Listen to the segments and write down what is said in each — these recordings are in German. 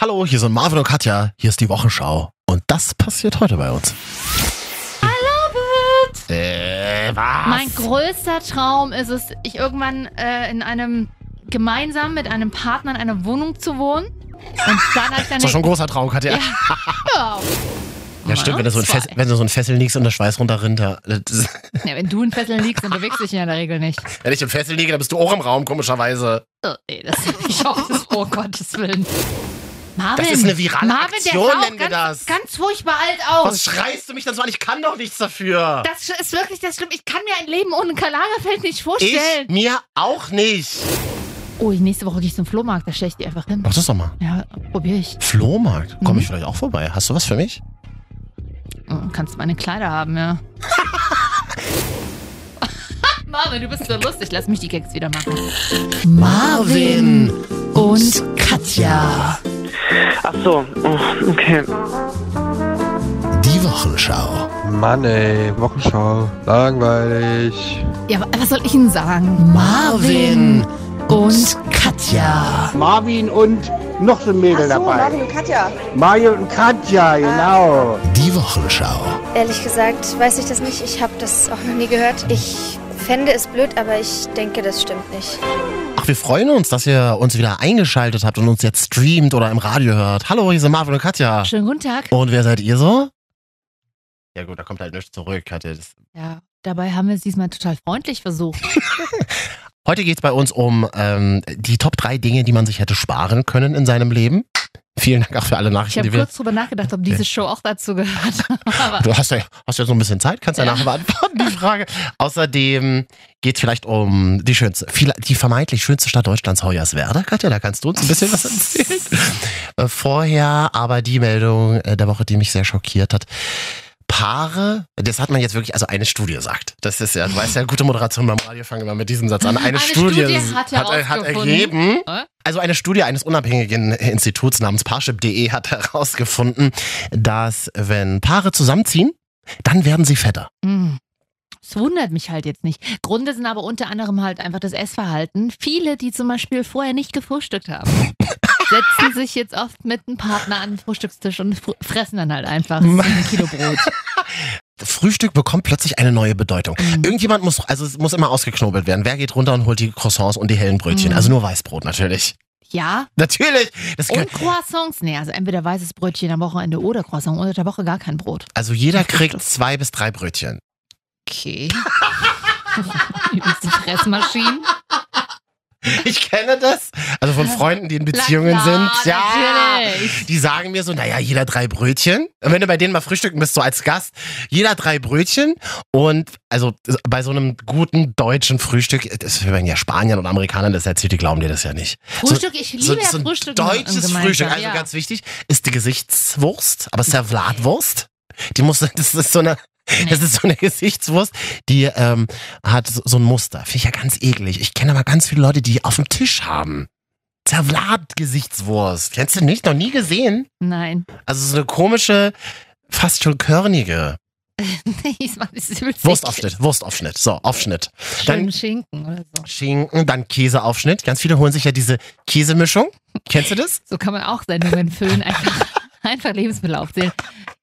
Hallo, hier sind Marvin und Katja, hier ist die Wochenschau. Und das passiert heute bei uns. Äh, was? Mein größter Traum ist es, ich irgendwann äh, in einem gemeinsam mit einem Partner in einer Wohnung zu wohnen. Und dann habe ich dann Das war schon ein großer Traum, Katja. Ja. Ja. Ja, stimmt, wenn du, so ein Zwei. Fess, wenn du so ein Fessel liegst und der Schweiß runterrinnt. Ja. Das- Ja, wenn du in Fesseln liegst, dann bewegst du dich in der Regel nicht. Wenn ich im Fessel liege, dann bist du auch im Raum, komischerweise. Oh, nee, das ich hoffe, das, oh Gottes Willen. Marvin, Das ist eine virale Marvin, Aktion, der sah auch nennen wir ganz, das. ganz furchtbar alt aus. Was schreist du mich dann so an? Ich kann doch nichts dafür. Das ist wirklich das Schlimme. Ich kann mir ein Leben ohne Karl Lagerfeld nicht ich vorstellen. mir auch nicht. Oh, nächste Woche gehe ich zum Flohmarkt, da stelle ich die einfach hin. Mach das doch mal. Ja, probiere ich. Flohmarkt. Komme Mhm. ich vielleicht auch vorbei. Hast du was für mich? Oh, Kannst meine Kleider haben, ja. Marvin, du bist so lustig. Lass mich die Gags wieder machen. Marvin und Katja. Ach so, oh, okay. Die Wochenschau. Mann ey, Wochenschau, langweilig. Ja, wa- was soll ich Ihnen sagen? Marvin und Katja. Marvin und noch so ein Mädel Ach so, dabei. Marvin und Katja. Ah. Mario und Katja, genau. Die Wochenschau. Ehrlich gesagt weiß ich das nicht. Ich habe das auch noch nie gehört. Ich fände es blöd, aber ich denke, das stimmt nicht. Ach, wir freuen uns, dass ihr uns wieder eingeschaltet habt und uns jetzt streamt oder im Radio hört. Hallo, hier sind Marvin und Katja. Schönen guten Tag. Und wer seid ihr so? Ja gut, da kommt halt nichts zurück, Katja. Das Ja, dabei haben wir es diesmal total freundlich versucht. Heute geht es bei uns um ähm, die Top 3 Dinge, die man sich hätte sparen können in seinem Leben. Vielen Dank auch für alle Ich Nachrichten, habe die wir. kurz drüber nachgedacht, ob diese Show auch dazu gehört. Aber Du hast ja, hast ja so ein bisschen Zeit, kannst ja nachher beantworten, die Frage. Außerdem geht es vielleicht um die schönste, viel- die vermeintlich schönste Stadt Deutschlands, Hoyerswerda. Katja, da kannst du uns ein bisschen was erzählen. Äh, Vorher aber die Meldung äh, der Woche, die mich sehr schockiert hat. Paare, das hat man jetzt wirklich, also eine Studie sagt. Das ist ja, du weißt ja, gute Moderation beim Radio fangen immer mit diesem Satz an. Eine, Eine Studie hat hat, hat herausgefunden. ergeben, Äh? also eine Studie eines unabhängigen Instituts namens Parship.de hat herausgefunden, dass wenn Paare zusammenziehen, dann werden sie fetter. Hm. Das wundert mich halt jetzt nicht. Gründe sind aber unter anderem halt einfach das Essverhalten. Viele, die zum Beispiel vorher nicht gefrühstückt haben, setzen sich jetzt oft mit einem Partner an den Frühstückstisch und fr fressen dann halt einfach ein Kilo Brot. Frühstück bekommt plötzlich eine neue Bedeutung. Mhm. Irgendjemand muss, also es muss immer ausgeknobelt werden. Wer geht runter und holt die Croissants und die hellen Brötchen? Mhm. Also nur Weißbrot natürlich. Ja, Natürlich! Das kann, und Croissants. Nee, also entweder weißes Brötchen am Wochenende oder Croissant unter der Woche gar kein Brot. also jeder kriegt zwei bis drei Brötchen. Okay. Übelste Fressmaschinen. Ich kenne das. Also von Freunden, die in Beziehungen Na sind. klar, Ja! Natürlich. Die sagen mir so, naja, jeder drei Brötchen. Und wenn du bei denen mal frühstücken bist, so als Gast, jeder drei Brötchen. Und also bei so einem guten deutschen Frühstück, äh, das hören ja Spaniern und Amerikanern das erzählt, die glauben dir das ja nicht. Frühstück, ich liebe So, ja so ein Frühstück. deutsches gemeinsam, Frühstück, also ja. ganz wichtig, ist die Gesichtswurst, aber Servlatwurst. Die muss, das ist so eine, das ist so eine Gesichtswurst, die ähm, hat so so ein Muster. Finde ich ja ganz eklig. Ich kenne aber ganz viele Leute, die die auf dem Tisch haben. Zervlat-Gesichtswurst. Kennst du nicht? Noch nie gesehen? Nein. Also so eine komische, fast schon körnige. Ich mach- das ist übelst Wurstaufschnitt, Wurstaufschnitt. So, Aufschnitt. Schönen Dann Schinken oder so. Schinken, dann Käseaufschnitt. Ganz viele holen sich ja diese Käsemischung. Kennst du das? So kann man auch Sendungen füllen. Einfach, einfach Lebensmittel aufzählen.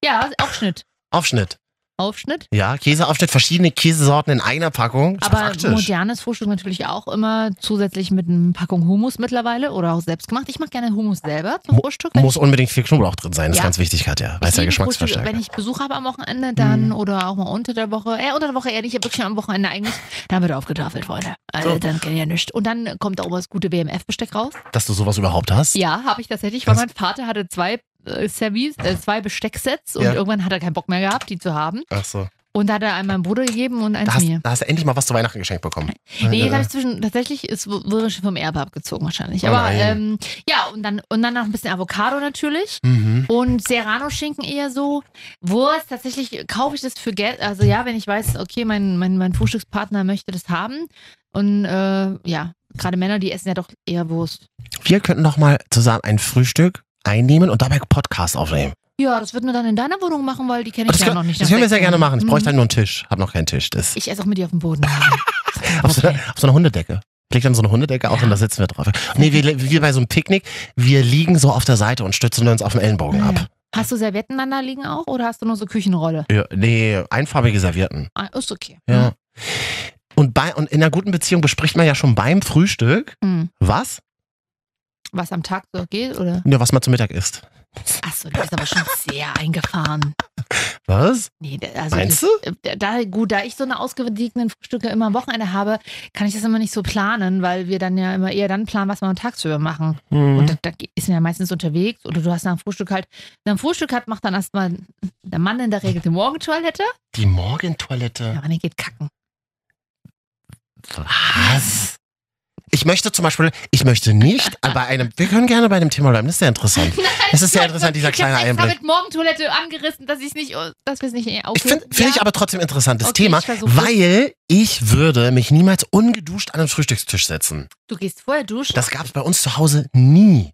Ja, Aufschnitt. Aufschnitt. Aufschnitt. Ja, Käseaufschnitt, verschiedene Käsesorten in einer Packung. Ist Aber praktisch. modernes Frühstück natürlich auch immer zusätzlich mit einer Packung Hummus mittlerweile oder auch selbst gemacht. Ich mache gerne Hummus selber zum Mu- Frühstück. wenn Muss unbedingt viel Knoblauch drin sein, ist Ja. ganz wichtig, Katja. ich- Weiß ja, ich liebe Frühstück. Geschmacksverstärker. Mhm. Wenn ich Besuch habe am Wochenende dann oder auch mal unter der Woche, äh, unter der Woche eher nicht, aber wirklich am Wochenende eigentlich, dann wird aufgetafelt, Freunde. Also, So. Dann kann ja nichts. Und dann kommt auch mal das gute WMF-Besteck raus. Dass du sowas überhaupt hast? Ja, habe ich tatsächlich, weil Das- mein Vater hatte zwei äh, Service, äh, zwei Bestecksets und Ja. irgendwann hat er keinen Bock mehr gehabt, die zu haben. Ach so. Und da hat er einen meinem Bruder gegeben und Da eins hast, mir. da hast du endlich mal was zu Weihnachten geschenkt bekommen. Nee, Äh, da hab ich zwischen, tatsächlich ist, wurde schon vom Erbe abgezogen wahrscheinlich. Oh Aber nein. ähm, ja, und dann, und dann noch ein bisschen Avocado natürlich. mhm. Und Serrano-Schinken eher so. Wurst, tatsächlich kaufe ich das für Geld. Also ja, wenn ich weiß, okay, mein, mein, mein Frühstückspartner möchte das haben. Und äh, ja, gerade Männer, die essen ja doch eher Wurst. Wir könnten noch mal zusammen ein Frühstück einnehmen und dabei Podcast aufnehmen. Ja, das würden wir dann in deiner Wohnung machen, weil die kenne Aber ich das ja können, noch nicht. das nach können wir sechs sehr gerne Jahren. machen. Ich Mhm. bräuchte halt nur einen Tisch. Hab noch keinen Tisch. Das Ich esse auch mit dir auf dem Boden. auf, so, auf so einer Hundedecke. legt dann so eine Hundedecke auf und da sitzen wir drauf. Nee, wir, wir bei so einem Picknick, wir liegen so auf der Seite und stützen uns auf den Ellenbogen ab. Hast du Servietten dann da liegen auch oder hast du nur so Küchenrolle? Ja, nee, einfarbige Servietten. Ah, ist okay. Ja. Und, bei, und in einer guten Beziehung bespricht man ja schon beim Frühstück, Hm. was? Was am Tag so geht, oder? Ja, was man zu Mittag isst. Achso, du bist aber schon sehr eingefahren. Was? Nee, da- also Meinst das, äh, Da, gut, da ich so eine ausgewogenen Frühstücke immer am Wochenende habe, kann ich das immer nicht so planen, weil wir dann ja immer eher dann planen, was wir am Tag zu machen. Mhm. Und da, da ist man ja meistens unterwegs oder du hast nach dem Frühstück halt, nach dem Frühstück hat, macht dann erstmal der Mann in der Regel die Morgentoilette. Die Morgentoilette. Ja, man geht kacken. Was? Ich möchte zum Beispiel, ich möchte nicht bei einem, wir können gerne bei einem Thema bleiben, das ist sehr interessant. Es ist sehr interessant, dieser kleine ich Ich habe Einblick. mit Morgentoilette angerissen, dass ich nicht, dass wir es nicht eh Ich aufhören. finde find ich aber trotzdem interessantes Okay, Thema, ich versuch's. weil ich würde mich niemals ungeduscht an den Frühstückstisch setzen. Du gehst vorher duschen. Das gab es bei uns zu Hause nie.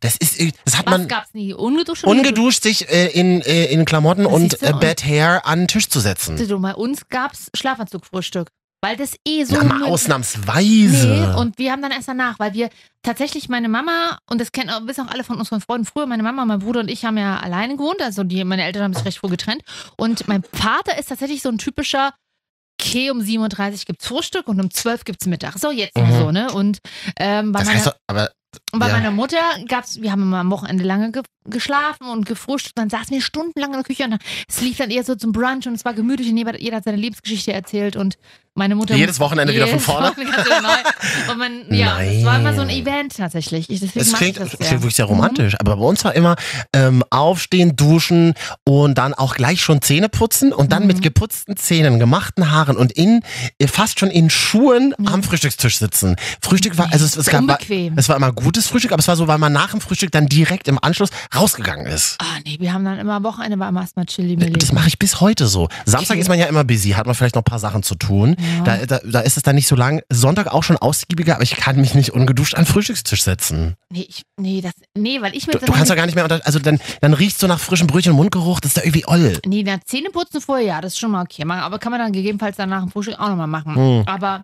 Das ist, irgendwie- das hat Was man gab's nie? Ungeduscht? oder ungeduscht sich äh, in, äh, in Klamotten Das und siehst du, äh, und- Bad Hair an den Tisch zu setzen. Siehst du, bei uns gab's Schlafanzugfrühstück, weil das eh so Na, mal nö- ausnahmsweise. Nee, und wir haben dann erst danach, weil wir tatsächlich meine Mama, und das kennen auch, wissen auch alle von unseren Freunden früher, meine Mama, mein Bruder und ich haben ja alleine gewohnt, also die, meine Eltern haben sich recht früh getrennt. Und mein Vater ist tatsächlich so ein typischer, okay, um 37 gibt's Frühstück und um 12 gibt's Mittag. So, jetzt mal Mhm. so, ne? Und ähm, bei das meiner- heißt doch, aber und bei Ja. meiner Mutter gab's, wir haben immer am Wochenende lange ge geschlafen und gefrühstückt. Dann saßen wir stundenlang in der Küche und dann- es lief dann eher so zum Brunch und es war gemütlich und jeder, jeder hat seine Lebensgeschichte erzählt und meine Mutter. Jedes Wochenende wieder von Jedes vorne? Wochenende ganz neu. Und man, ja, es war immer so ein Nein. Event tatsächlich. Ich, deswegen es mag klingt, ich das es sehr. Mhm. klingt wirklich sehr romantisch, aber bei uns war immer ähm, aufstehen, duschen und dann auch gleich schon Zähne putzen und dann Mhm. mit geputzten Zähnen, gemachten Haaren und in äh, fast schon in Schuhen Mhm. am Frühstückstisch sitzen. Frühstück war, also es, es gab, war, Unbequem. es war immer gutes Frühstück, aber es war so, weil man nach dem Frühstück dann direkt im Anschluss rausgegangen ist. Ah, nee, wir haben dann immer am Wochenende war immer erstmal Chili Milli. Das mache ich bis heute so. Samstag Okay. ist man ja immer busy, hat man vielleicht noch ein paar Sachen zu tun. Ja. Da, da, da ist es dann nicht so lang. Sonntag auch schon ausgiebiger, aber ich kann mich nicht ungeduscht an den Frühstückstisch setzen. nee, ich, nee, das, nee, weil ich mir Du, du das immer kannst doch nicht- gar nicht mehr, unter, also dann, dann riechst du nach frischem Brötchen und Mundgeruch, das ist da irgendwie oll. Nee, na, Zähne putzen vorher, ja, das ist schon mal okay. Man- Aber kann man dann gegebenenfalls danach im Frühstück auch nochmal machen. Hm. Aber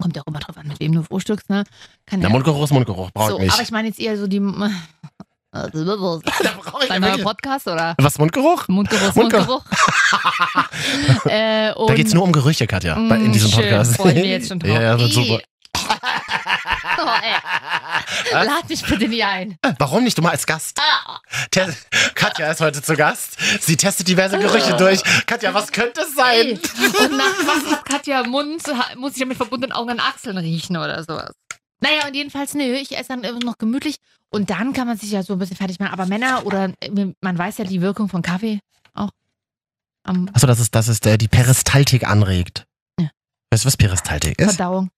kommt ja auch immer drauf an, mit wem du frühstückst, ne? Kann Der ja. Mundgeruch ist Mundgeruch, brauche so, ich aber nicht. ich meine jetzt eher so die. Da brauche ich Dein einfach neuer nicht. Podcast oder Was, Mundgeruch? Mundgeruch, Mundgeruch. Mundgeruch. äh, und Da geht's nur um Gerüche, Katja, bei, in Mm, diesem schön, Podcast. freuen wir jetzt schon drauf. Ja, ja, wird Ih. super. Oh, ey. Lad mich bitte nie ein. Ah, Warum nicht? Du mal als Gast. Te- Katja ist heute zu Gast. Sie testet diverse Gerüche durch. Katja, was könnte es Ah. Ey. sein? Und nach was hat Katja im Mund, ha- muss ich ja mit verbundenen Augen an Achseln riechen oder sowas. Naja, und jedenfalls, nö, ich esse dann immer noch gemütlich und dann kann man sich ja so ein bisschen fertig machen. Aber Männer oder äh, man weiß ja die Wirkung von Kaffee auch. Am Achso, das ist, das ist äh, die Peristaltik anregt. Ja. Weißt du, was Peristaltik ist? Verdauung.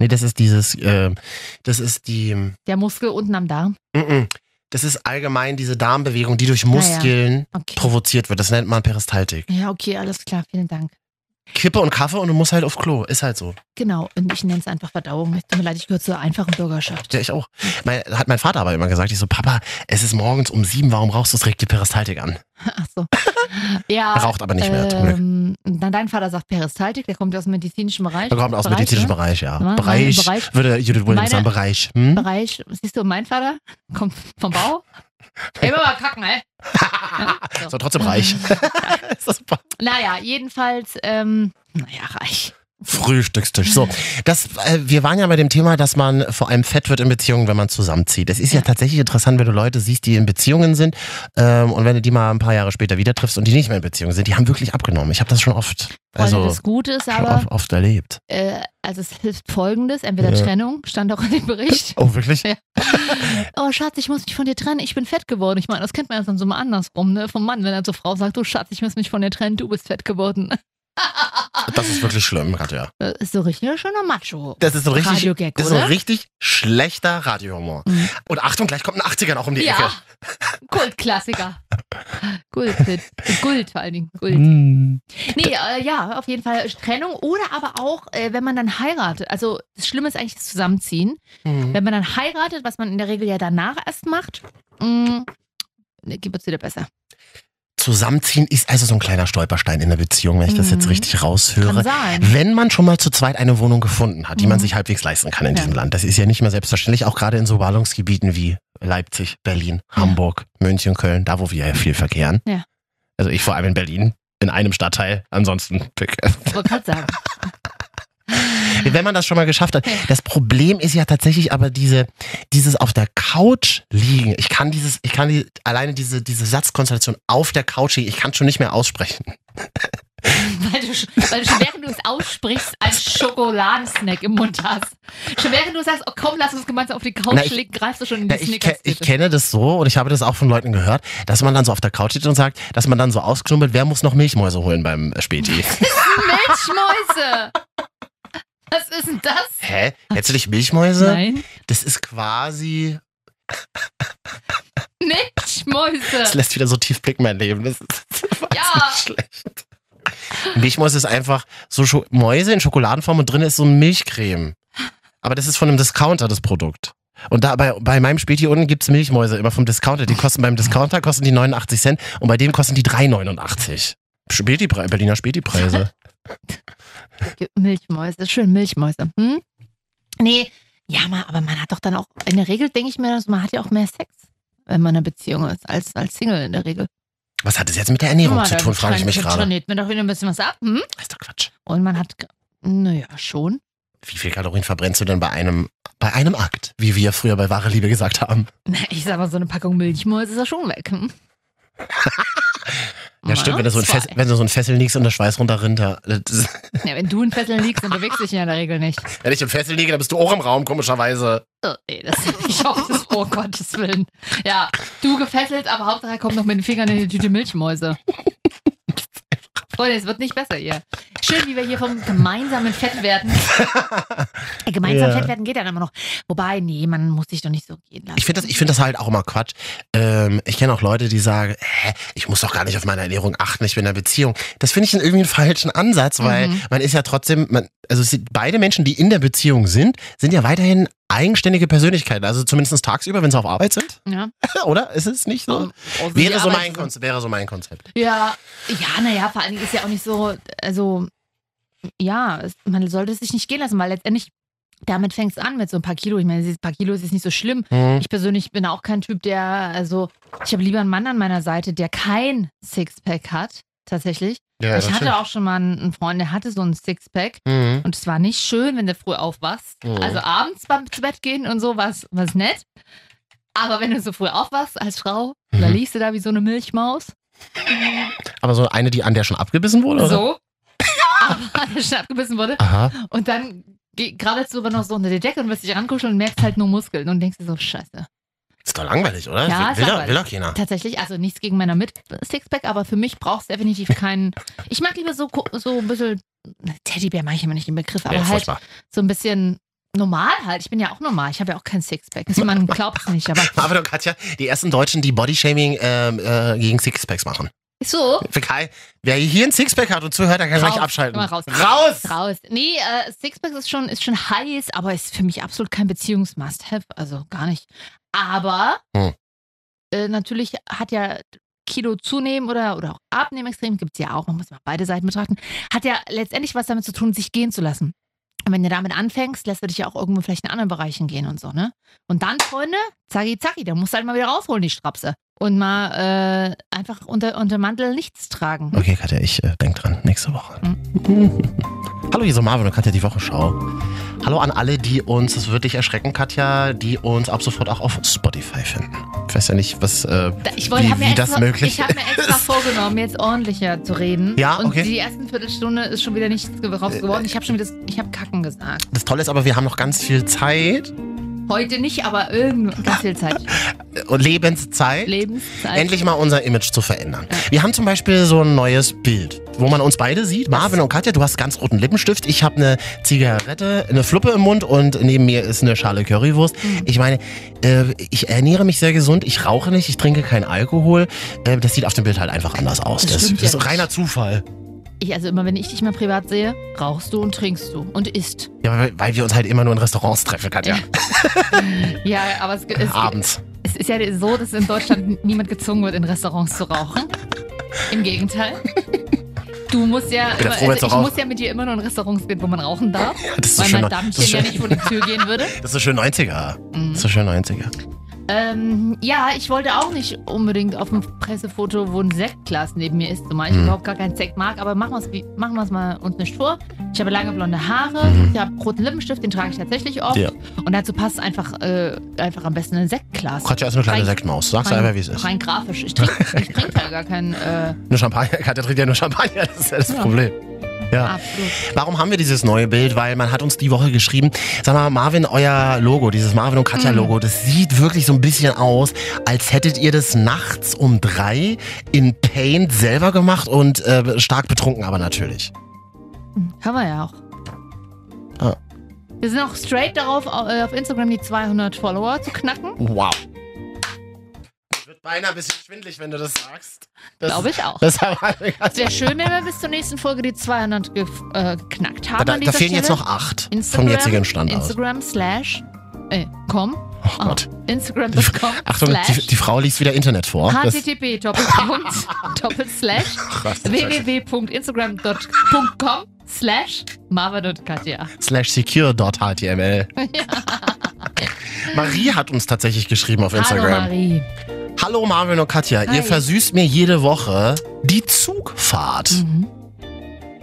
Nee, das ist dieses, ähm, das ist die, mm, Der Muskel unten am Darm. mm, das ist allgemein diese Darmbewegung, die durch Muskeln Okay. provoziert wird. Das nennt man Peristaltik. Ja, okay, alles klar, vielen Dank. Kippe und Kaffee und du musst halt auf Klo. Ist halt so. Genau, und ich nenne es einfach Verdauung. Es Tut mir leid, ich gehöre zur einfachen Bürgerschaft. Ja, ich auch. Mein, hat mein Vater aber immer gesagt. Ich so, Papa, es ist morgens um sieben, warum rauchst du? Es regt die Peristaltik an. Ach so. Ja. Er raucht aber nicht mehr, zum Glück. Ah, ähm, dann dein Vater sagt Peristaltik, der kommt aus dem medizinischen Bereich. Er kommt aus dem Bereich, medizinischen ne? Bereich, ja. Ja, Bereich, mein Bereich. würde Judith Williams Meine- sagen, Bereich. Hm? ne? Bereich. Siehst du, mein Vater kommt vom Bau. Ey, Immer mal kacken, ey. Ja, so. So, trotzdem reich. ist das super. Naja, jedenfalls, ähm, naja, reich. Frühstückstisch. So, das, äh, wir waren ja bei dem Thema, dass man vor allem fett wird in Beziehungen, wenn man zusammenzieht. Es ist ja tatsächlich interessant, wenn du Leute siehst, die in Beziehungen sind ähm, und wenn du die mal ein paar Jahre später wieder triffst und die nicht mehr in Beziehung sind, die haben wirklich abgenommen. Ich habe das schon oft, Also, also das Gute ist schon aber, oft, oft erlebt. äh, also es hilft folgendes, entweder Ja. Trennung, stand auch in dem Bericht. Oh, wirklich? Ja. Oh, Schatz, ich muss mich von dir trennen, ich bin fett geworden. Ich meine, das kennt man ja dann so mal andersrum, ne? Vom Mann, wenn er zur Frau sagt, du Schatz, ich muss mich von dir trennen, du bist fett geworden. Ah. Das ist wirklich schlimm, Katja. Das Äh, ist so richtig ein schöner Macho. Das ist so ein richtig, Radio-Gag, das ist so ein oder? richtig schlechter Radiohumor. Mhm. Und Achtung, gleich kommt ein 80er noch um die Ja, Ecke. Kultklassiker. Gold, Gold vor allen Dingen. Gold. Hm. Nee, äh, ja, auf jeden Fall Trennung oder aber auch, äh, wenn man dann heiratet. Also das Schlimme ist eigentlich das Zusammenziehen. Hm. Wenn man dann heiratet, mm, was man in der Regel ja danach erst macht, mh, ne, geht es wieder besser. Zusammenziehen ist also so ein kleiner Stolperstein in der Beziehung, wenn ich das jetzt Mhm. richtig raushöre. Kann sein. Wenn man schon mal zu zweit eine Wohnung gefunden hat, die man Mhm. sich halbwegs leisten kann in Ja. diesem Land, das ist ja nicht mehr selbstverständlich, auch gerade in so Ballungsgebieten wie Leipzig, Berlin, Hamburg, München, Köln, da wo wir ja viel verkehren. Ja. Also ich vor allem in Berlin, in einem Stadtteil, ansonsten. Ich wollte gerade sagen. Wenn man das schon mal geschafft hat. Das Problem ist ja tatsächlich aber diese, dieses auf der Couch liegen. Ich kann dieses, ich kann die, alleine diese, diese Satzkonstellation auf der Couch liegen, ich kann schon nicht mehr aussprechen. Weil du, sch- weil du schon während du es aussprichst, einen Schokoladensnack im Mund hast. Schon während du sagst, oh komm, lass uns gemeinsam auf die Couch Na, ich- legen, greifst du schon in Ja, die ich, ke ich Snickers-Tüte. kenne das so und ich habe das auch von Leuten gehört, dass man dann so auf der Couch sitzt und sagt, dass man dann so ausknummelt, wer muss noch Milchmäuse holen beim äh, Späti? Milchmäuse! Was ist denn das? Hä? Hättest du dich Milchmäuse? Nein. Das ist quasi. Das Milchmäuse! lässt wieder so tief blicken, mein Leben. Das ist Ja. nicht schlecht. Milchmäuse ist einfach so Scho Mäuse in Schokoladenform und drin ist so eine Milchcreme. Aber das ist von einem Discounter, das Produkt. Und da bei, bei meinem Späti unten gibt's Milchmäuse immer vom Discounter. Die kosten beim Discounter kosten die 89 Cent und bei dem kosten die 3,89. Späti Berliner Späti-Preise. Milchmäuse, schön Milchmäuse. Hm? Nee, ja, ma- aber man hat doch dann auch, in der Regel denke ich mir, dass man hat ja auch mehr Sex, wenn man in einer Beziehung ist, als, als Single in der Regel. Was hat das jetzt mit der Ernährung Ja, zu dann tun, frage ich scheint- mich dann gerade. trainiert man doch wieder ein bisschen was ab. Hm? Ist doch Quatsch. Und man hat, ge- naja, schon. Wie viel Kalorien verbrennst du denn bei einem, bei einem Akt? Wie wir früher bei wahre Liebe gesagt haben. Na, Ich sag mal, so eine Packung Milchmäuse ist ja schon weg. Hm? Ja, stimmt, wenn du, so ein Zwei. Fessel, wenn du so ein Fessel liegst und der Schweiß runterrinnt. da- das- Ja, wenn du in Fesseln liegst, dann bewegst du dich ja in der Regel nicht. Wenn ich im Fessel liege, dann bist du auch im Raum, komischerweise. Oh, nee, das ich hoffe, das oh Gottes Willen. Ja, du gefesselt, aber Hauptsache er kommt noch mit den Fingern in die Tüte Milchmäuse. Freunde, es wird nicht besser hier. Schön, wie wir hier vom gemeinsamen Fett werden. Gemeinsam Ja. Fett werden geht dann immer noch. Wobei, nee, man muss sich doch nicht so gehen lassen. Ich finde das, ich find das halt auch immer Quatsch. Ähm, ich kenne auch Leute, die sagen, hä, ich muss doch gar nicht auf meine Ernährung achten, ich bin in einer Beziehung. Das finde ich einen irgendwie einen falschen Ansatz, weil Mhm. man ist ja trotzdem, man, also es sind beide Menschen, die in der Beziehung sind, sind ja weiterhin eigenständige Persönlichkeiten. Also zumindest tagsüber, wenn sie auf Arbeit sind, ja. oder? Ist es nicht so? Oh, oh, so die Wäre so, Arbeit- mein Konzept, wäre so mein Konzept. Ja, ja, naja, vor allen Dingen ist ja auch nicht so, also ja, es, man sollte es sich nicht gehen lassen, weil letztendlich damit fängst an mit so ein paar Kilo. Ich meine, dieses paar Kilo ist jetzt nicht so schlimm. Hm. Ich persönlich bin auch kein Typ, der, also ich habe lieber einen Mann an meiner Seite, der kein Sixpack hat, tatsächlich. Ja, ich hatte auch schon mal einen einen Freund, der hatte so ein Sixpack. Mhm. Und es war nicht schön, wenn du früh aufwachst. Mhm. Also abends beim zu Bett gehen und so war's war's nett. Aber wenn du so früh aufwachst als Frau, Mhm. da liegst du da wie so eine Milchmaus. Aber so eine, die an der schon abgebissen wurde, oder? So. Aber der schon abgebissen wurde. Aha. Und dann ge- krabbelst du aber noch so unter die Decke und willst dich rankuscheln und merkst halt nur Muskeln und denkst dir so, scheiße. Ist doch langweilig, oder? Ja, will, ist will, doch- langweilig. will doch keiner. Tatsächlich, also nichts gegen Männer mit Sixpack, aber für mich brauchst du definitiv keinen. Ich mag lieber so, ko- so ein bisschen, Teddybär mag ich immer nicht den Begriff, aber Ja, halt furchtbar. so ein bisschen normal halt. Ich bin ja auch normal, ich habe ja auch kein Sixpack. Also man glaubt es nicht, aber Marvin und Katja, die ersten Deutschen, die Bodyshaming ähm, äh, gegen Sixpacks machen. so. Für Kai, wer hier ein Sixpack hat und zuhört, der kann Raus, gleich abschalten. immer raus. Raus! Raus. Nee, äh, Sixpack ist schon, ist schon heiß, aber ist für mich absolut kein Beziehungs-Must-Have. Also gar nicht. Aber Hm. äh, natürlich hat ja Kilo zunehmen oder, oder auch abnehmen extrem, gibt es ja auch, man muss mal beide Seiten betrachten, hat ja letztendlich was damit zu tun, sich gehen zu lassen. Und wenn du damit anfängst, lässt du dich ja auch irgendwo vielleicht in anderen Bereichen gehen und so, ne? Und dann, Freunde, zacki, zacki, da musst du halt mal wieder rausholen, die Strapse. Und mal äh, einfach unter, unter Mantel nichts tragen. Okay, Katja, ich äh, denk dran. Nächste Woche. Mhm. Hallo, hier ist Marvin und Katja, die Wochenschau. Hallo an alle, die uns, das wird dich erschrecken, Katja, die uns ab sofort auch auf Spotify finden. Ich weiß ja nicht, was, äh, Da- Ich wollte, wie, hab mir wie extra, das möglich Ich habe mir extra ist. vorgenommen, jetzt ordentlicher zu reden. Ja, Und okay. die ersten Viertelstunde ist schon wieder nichts ge- draus geworden. Ich habe schon wieder, ich habe Kacken gesagt. Das Tolle ist aber, wir haben noch ganz viel Zeit Heute nicht, aber irgendwann ganz viel Zeit. äh, und Lebenszeit. Lebenszeit. endlich mal unser Image zu verändern. Wir haben zum Beispiel so ein neues Bild, wo man uns beide sieht. Marvin und Katja, du hast ganz roten Lippenstift. Ich habe eine Zigarette, eine Fluppe im Mund und neben mir ist eine Schale Currywurst. Mhm. Ich meine, äh, ich ernähre mich sehr gesund. Ich rauche nicht, ich trinke keinen Alkohol. Äh, das sieht auf dem Bild halt einfach anders aus. Das Das, das stimmt ist ja nicht. reiner Zufall. Ich, also immer, wenn ich dich mal privat sehe, rauchst du und trinkst du und isst. Ja, weil, weil wir uns halt immer nur in Restaurants treffen, Katja. Ja, aber es, ge- es, Abends. es ist ja so, dass in Deutschland niemand gezwungen wird, in Restaurants zu rauchen. Im Gegenteil. Du musst ja, bin ja immer, froh, wenn's also ich auch- muss ja mit dir immer nur in Restaurants gehen, wo man rauchen darf, Das ist so weil schön, mein das ist Dammchen so ja schön, nicht vor die Tür gehen würde. das ist so schön 90er. Mhm. Das ist so schön 90er. Ähm, ja, ich wollte auch nicht unbedingt auf dem Pressefoto, wo ein Sektglas neben mir ist, zumal ich Mhm. überhaupt gar keinen Sekt mag, aber machen wir es wie- machen wir es mal uns nicht vor. Ich habe lange blonde Haare, Mhm. ich habe roten Lippenstift, den trage ich tatsächlich oft. Ja. Und dazu passt einfach, äh, einfach am besten ein Sektglas. Quatsch, also eine kleine Rein- Sektmaus. Sag's rein- einfach, wie es ist. Rein grafisch. Ich trinke ich trink ja gar keinen äh, Nur Champagner. Katja trinkt ja nur Champagner. Das ist ja das Ja. Problem. Ja. absolut. Warum haben wir dieses neue Bild? Weil man hat uns die Woche geschrieben, sag mal, Marvin, euer Logo, dieses Marvin und Katja Logo, das sieht wirklich so ein bisschen aus, als hättet ihr das nachts um drei in Paint selber gemacht und äh, stark betrunken aber natürlich. Haben wir ja auch. Ah. Wir sind auch straight darauf, au- äh, auf Instagram die 200 Follower zu knacken. Wow. Ich wird beinahe ein bisschen schwindelig, wenn du das sagst. Das, Glaube ich auch. Das haben wir Es wäre schön, wenn wir bis zur nächsten Folge die 200 ge äh, geknackt haben. da, da an dieser fehlen jetzt Stelle. noch acht Instagram, vom jetzigen Stand aus. Instagram slash äh, com. Oh Gott. Instagram.com Achtung, die, slash die Frau liest wieder Internet vor. Das- http doppelpunkt doppel slash Krass. www.instagram.com slash Marvin und Katja. slash secure.html. Marie hat uns tatsächlich geschrieben auf Hallo Instagram. Marie. Hallo, Marvin und Katja, Hi. ihr versüßt mir jede Woche die Zugfahrt. Mhm.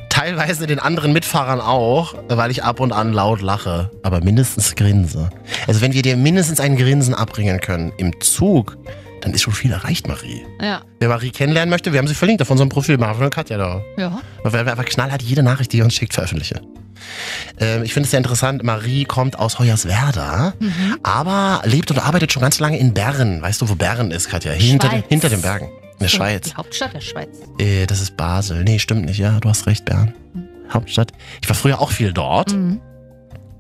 Teilweise den anderen Mitfahrern auch, weil ich ab und an laut lache, aber mindestens grinse. Also wenn wir dir mindestens ein Grinsen abbringen können im Zug, dann ist schon viel erreicht, Marie. Ja, Wer Marie kennenlernen möchte, wir haben sie verlinkt auf unserem Profil, Marvin und Katja da. ja. Weil wir einfach knallhart jede Nachricht, die ihr uns schickt, veröffentlichen. Ähm, ich finde es sehr interessant, Marie kommt aus Hoyerswerda, Mhm. aber lebt und arbeitet schon ganz lange in Bern. Weißt du, wo Bern ist, Katja? Hinter, den, Schweiz. hinter den Bergen. In der Schweiz. Die Hauptstadt der Schweiz. Äh, das ist Basel. Nee, stimmt nicht. Ja, du hast recht, Bern. Hauptstadt. Ich war früher auch viel dort. Mhm.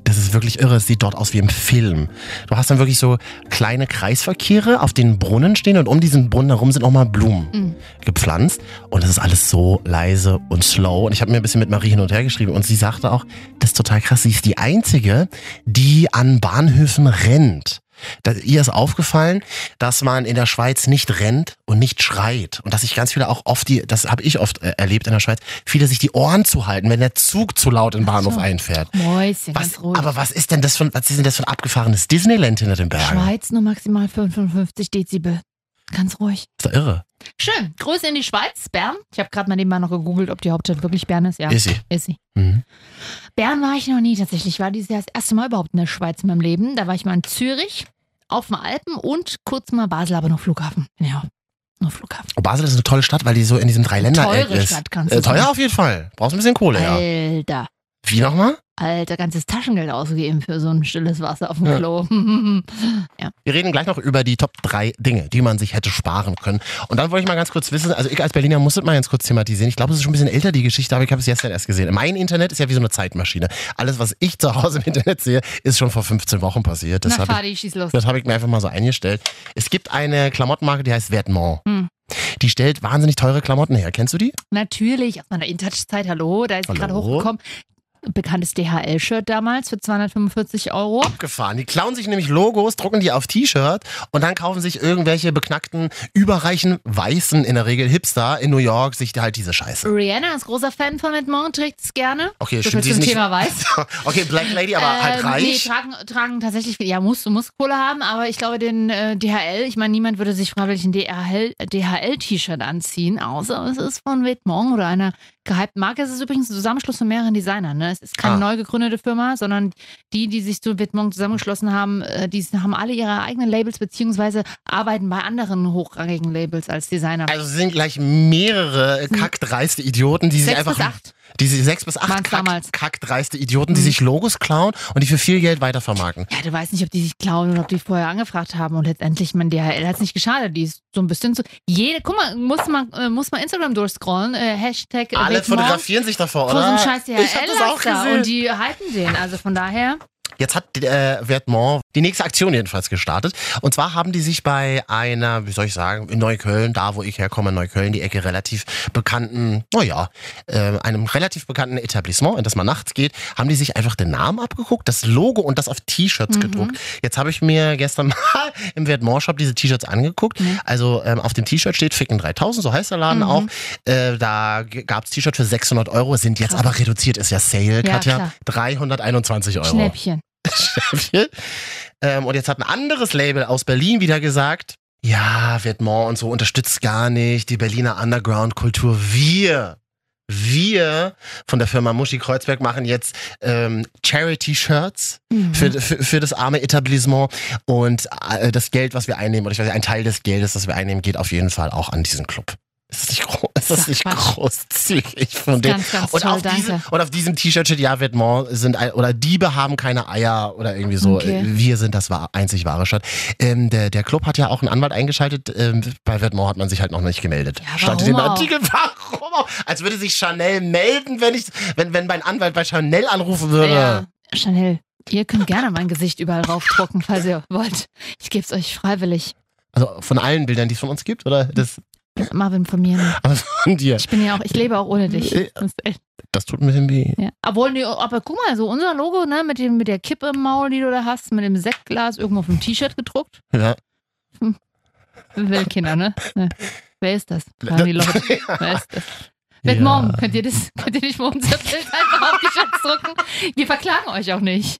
Das ist wirklich irre. Es sieht dort aus wie im Film. Du hast dann wirklich so kleine Kreisverkehre, auf denen Brunnen stehen und um diesen Brunnen herum sind auch mal Blumen Mhm. gepflanzt und es ist alles so leise und slow. Und ich habe mir ein bisschen mit Marie hin und her geschrieben und sie sagte auch, das ist total krass, sie ist die Einzige, die an Bahnhöfen rennt. Da, ihr ist aufgefallen, dass man in der Schweiz nicht rennt und nicht schreit. Und dass sich ganz viele auch oft, die, das habe ich oft äh, erlebt in der Schweiz, viele sich die Ohren zu halten, wenn der Zug zu laut in den Bahnhof so. einfährt. Mäuschen, Was, ganz ruhig. aber was ist denn das für, ein- was ist denn das für ein abgefahrenes Disneyland hinter den Bergen? Schweiz nur maximal 55 Dezibel. Ganz ruhig. Ist doch irre. Schön. Grüße in die Schweiz, Bern. Ich habe gerade mal nebenbei noch gegoogelt, ob die Hauptstadt wirklich Bern ist. Ja, Ist sie. ist sie. Mhm. Bern war ich noch nie tatsächlich. Ich war dieses Jahr das erste Mal überhaupt in der Schweiz in meinem Leben. Da war ich mal in Zürich, auf den Alpen und kurz mal Basel, aber nur Flughafen. Ja, nur Flughafen. Und Basel ist eine tolle Stadt, weil die so in diesem Dreiländereck Teure ist. Stadt kannst du Äh, teuer sagen. auf jeden Fall. Brauchst ein bisschen Kohle, ja. Alter, Wie nochmal? alter, ganzes Taschengeld ausgegeben für so ein stilles Wasser auf dem Ja. Klo. Wir reden gleich noch über die Top 3 Dinge, die man sich hätte sparen können. Und dann wollte ich mal ganz kurz wissen, also ich als Berliner muss das mal ganz kurz thematisieren. Ich glaube, es ist schon ein bisschen älter, die Geschichte, aber ich habe es gestern erst gesehen. Mein Internet ist ja wie so eine Zeitmaschine. Alles, was ich zu Hause im Internet sehe, ist schon vor 15 Wochen passiert. Das Na, habe ich, Fadi, schieß los. das habe ich mir einfach mal so eingestellt. Es gibt eine Klamottenmarke, die heißt Vetements. Hm. Die stellt wahnsinnig teure Klamotten her. Kennst du die? Natürlich, aus meiner InTouch-Zeit, hallo, da ist sie Hallo. gerade hochgekommen. Bekanntes DHL-Shirt damals für 245 Euro. abgefahren. Die klauen sich nämlich Logos, drucken die auf T-Shirt und dann kaufen sich irgendwelche beknackten, überreichen Weißen, in der Regel Hipster in New York, sich halt diese Scheiße. Rihanna ist großer Fan von Edmond, trägt es gerne. Okay, So stimmt, viel sie ist zum nicht. Thema weiß. Okay, Black Lady, aber halt Ähm, Nee, reich. tragen, tragen tatsächlich viel. Ja, musst, du musst Kohle haben, aber ich glaube, den äh, DHL, ich meine, niemand würde sich freiwillig ein DHL DHL-T-Shirt anziehen, außer es ist von Vetements oder einer gehypten Marke. Es ist übrigens ein Zusammenschluss von mehreren Designern. Ne? Es ist keine Ah. neu gegründete Firma, sondern die, die sich zu Vetements zusammengeschlossen haben, äh, die haben alle ihre eigenen Labels, beziehungsweise arbeiten bei anderen hochrangigen Labels als Designer. also es sind gleich mehrere kackdreiste Idioten, die sich Hm. Sechs bis einfach. acht. Die sie- sechs bis acht Waren's kack, damals. kackdreiste Idioten, die Mhm. sich Logos klauen und die für viel Geld weitervermarkten. Ja, du weißt nicht, ob die sich klauen oder ob die vorher angefragt haben und letztendlich, mein DHL hat es nicht geschadet. Die ist so ein bisschen so. Jede, guck mal, muss man, äh, muss man Instagram durchscrollen. Äh, Hashtag äh, Alle Vetements fotografieren sich davor, vor so einem oder? scheiß Ich hab das auch DHL-Laster gesehen. und die halten den. Also von daher, Jetzt hat äh, Vertmont die nächste Aktion jedenfalls gestartet. Und zwar haben die sich bei einer, wie soll ich sagen, in Neukölln, da wo ich herkomme, in Neukölln, die Ecke relativ bekannten, naja, äh, einem relativ bekannten Etablissement, in das man nachts geht, haben die sich einfach den Namen abgeguckt, das Logo und das auf T-Shirts Mhm. gedruckt. Jetzt habe ich mir gestern mal im Vertmont-Shop diese T-Shirts angeguckt. Also ähm, auf dem T-Shirt steht Ficken 3000, so heißt der Laden Mhm. auch. Äh, da gab es T-Shirt für 600 Euro, sind jetzt Krass. aber reduziert, ist ja Sale, Katja. klar. 321 Euro. Schnäppchen. Schnäppchen. Ähm, und jetzt hat ein anderes Label aus Berlin wieder gesagt, ja, Vietmont und so unterstützt gar nicht die Berliner Underground-Kultur. Wir, wir von der Firma Muschi Kreuzberg machen jetzt ähm, Charity-Shirts Mhm. für, für, für das arme Etablissement und äh, das Geld, was wir einnehmen, oder ich weiß nicht, ein Teil des Geldes, das wir einnehmen, geht auf jeden Fall auch an diesen Club. Ist das nicht, gro ist das Ach, nicht Quatsch. großzügig von denen? ganz, ganz Und toll, auf, danke. diesem, und auf diesem T-Shirt steht, ja, Vêtements sind, ein- oder Diebe haben keine Eier oder irgendwie so. Okay. Wir sind das wahr- einzig wahre Stadt. Ähm, der, der Club hat ja auch einen Anwalt eingeschaltet. Ähm, bei Vêtements hat man sich halt noch nicht gemeldet. Ja, Stand in dem warum auch? Artikel, warum auch? Als würde sich Chanel melden, wenn ich, wenn, wenn mein Anwalt bei Chanel anrufen würde. Ja, Chanel, ihr könnt gerne mein Gesicht überall raufdrucken, falls ihr wollt. Ich gebe es euch freiwillig. Also von allen Bildern, die es von uns gibt, oder? Das Marvin von mir. nicht. also von dir. Ich bin ja auch, ich lebe auch ohne dich. Äh, Das ist echt- Das tut ein bisschen weh. Ja. Obwohl, nee, aber guck mal, so unser Logo, ne, mit dem, mit der Kippe im Maul, die du da hast, mit dem Sektglas irgendwo auf dem T-Shirt gedruckt. Ja. Weltkinder, ne? Ja. Wer ist das? Fragen die Leute. Wer ist das? Mit Ja. Mom, könnt ihr das, könnt ihr nicht mal unser Bild einfach auf die Schatz drücken? Wir verklagen euch auch nicht.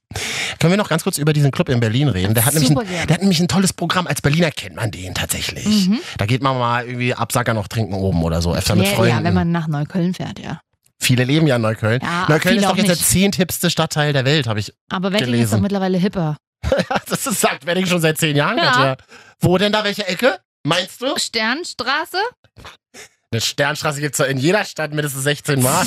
Können wir noch ganz kurz über diesen Club in Berlin reden? Der hat, nämlich Super ein, gerne. der hat nämlich ein tolles Programm. Als Berliner kennt man den tatsächlich. Mhm. Da geht man mal irgendwie Absacker noch trinken oben oder so. Öfter mit Ja, Freunden. ja, wenn man nach Neukölln fährt, ja. Viele leben ja in Neukölln. Ja, Neukölln viele ist doch auch jetzt der nicht. zehntippste Stadtteil der Welt, habe ich. Aber Wedding ist gelesen. doch mittlerweile hipper. Das ist- sagt Wedding schon seit zehn Jahren. Ja. Katja. Wo denn da welche Ecke? Meinst du? Sternstraße? Eine Sternstraße gibt es in jeder Stadt mindestens 16 Mal.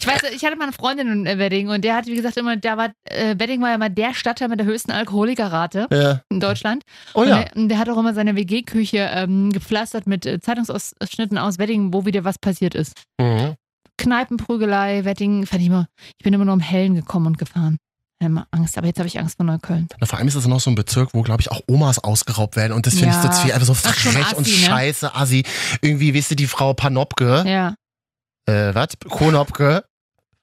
Ich weiß, ich hatte mal eine Freundin in äh, Wedding und der hat, wie gesagt, immer, da war, äh, Wedding war ja immer der Stadtteil mit der höchsten Alkoholikerrate ja. in Deutschland. Oh Und ja. der, und der hat auch immer seine WG-Küche ähm, gepflastert mit äh, Zeitungsausschnitten aus Wedding, wo wieder was passiert ist. Mhm. Kneipenprügelei, Wedding, fand ich immer, ich bin immer nur im Hellen gekommen und gefahren. Ich hatte immer Angst, aber jetzt habe ich Angst vor Neukölln. Na, vor allem ist es noch so ein Bezirk, wo, glaube ich, auch Omas ausgeraubt werden. Und das finde ich Ja. so viel, einfach so Ach, schon frech und assi, ne? scheiße, assi. Irgendwie, wisst ihr, die Frau Panopke, Ja, äh, was? Konopke,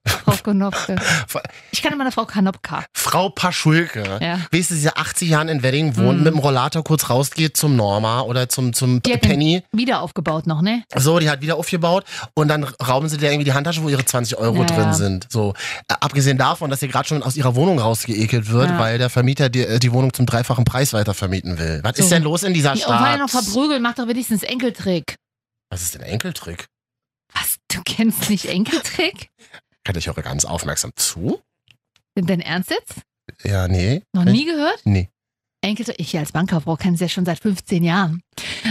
Frau Konopka. Vor- Ich kann immer eine Frau Kanopka. Frau Paschulke. Ja. Weißt du, die seit 80 Jahren in Wedding wohnt, Mhm. mit dem Rollator kurz rausgeht zum Norma oder zum, zum Die hat den- Penny. Wieder aufgebaut noch, ne? So, die hat wieder aufgebaut und dann rauben sie dir irgendwie die Handtasche, wo ihre 20 Euro Ja, drin ja. sind. So, äh, abgesehen davon, dass sie gerade schon aus ihrer Wohnung rausgeekelt wird, Ja. weil der Vermieter die, äh, die Wohnung zum dreifachen Preis weiter vermieten will. Was So. ist denn los in dieser Die Stadt? war ja noch verprügelt, macht doch wenigstens Enkeltrick. Was ist denn Enkeltrick? Was? Du kennst nicht Enkeltrick? Kann ich höre ganz aufmerksam zu? Denn dein Ernst jetzt? Ja, nee. Noch nie gehört? Nee. Enkeltrick? Ich als Bankerfrau kenne es ja schon seit 15 Jahren.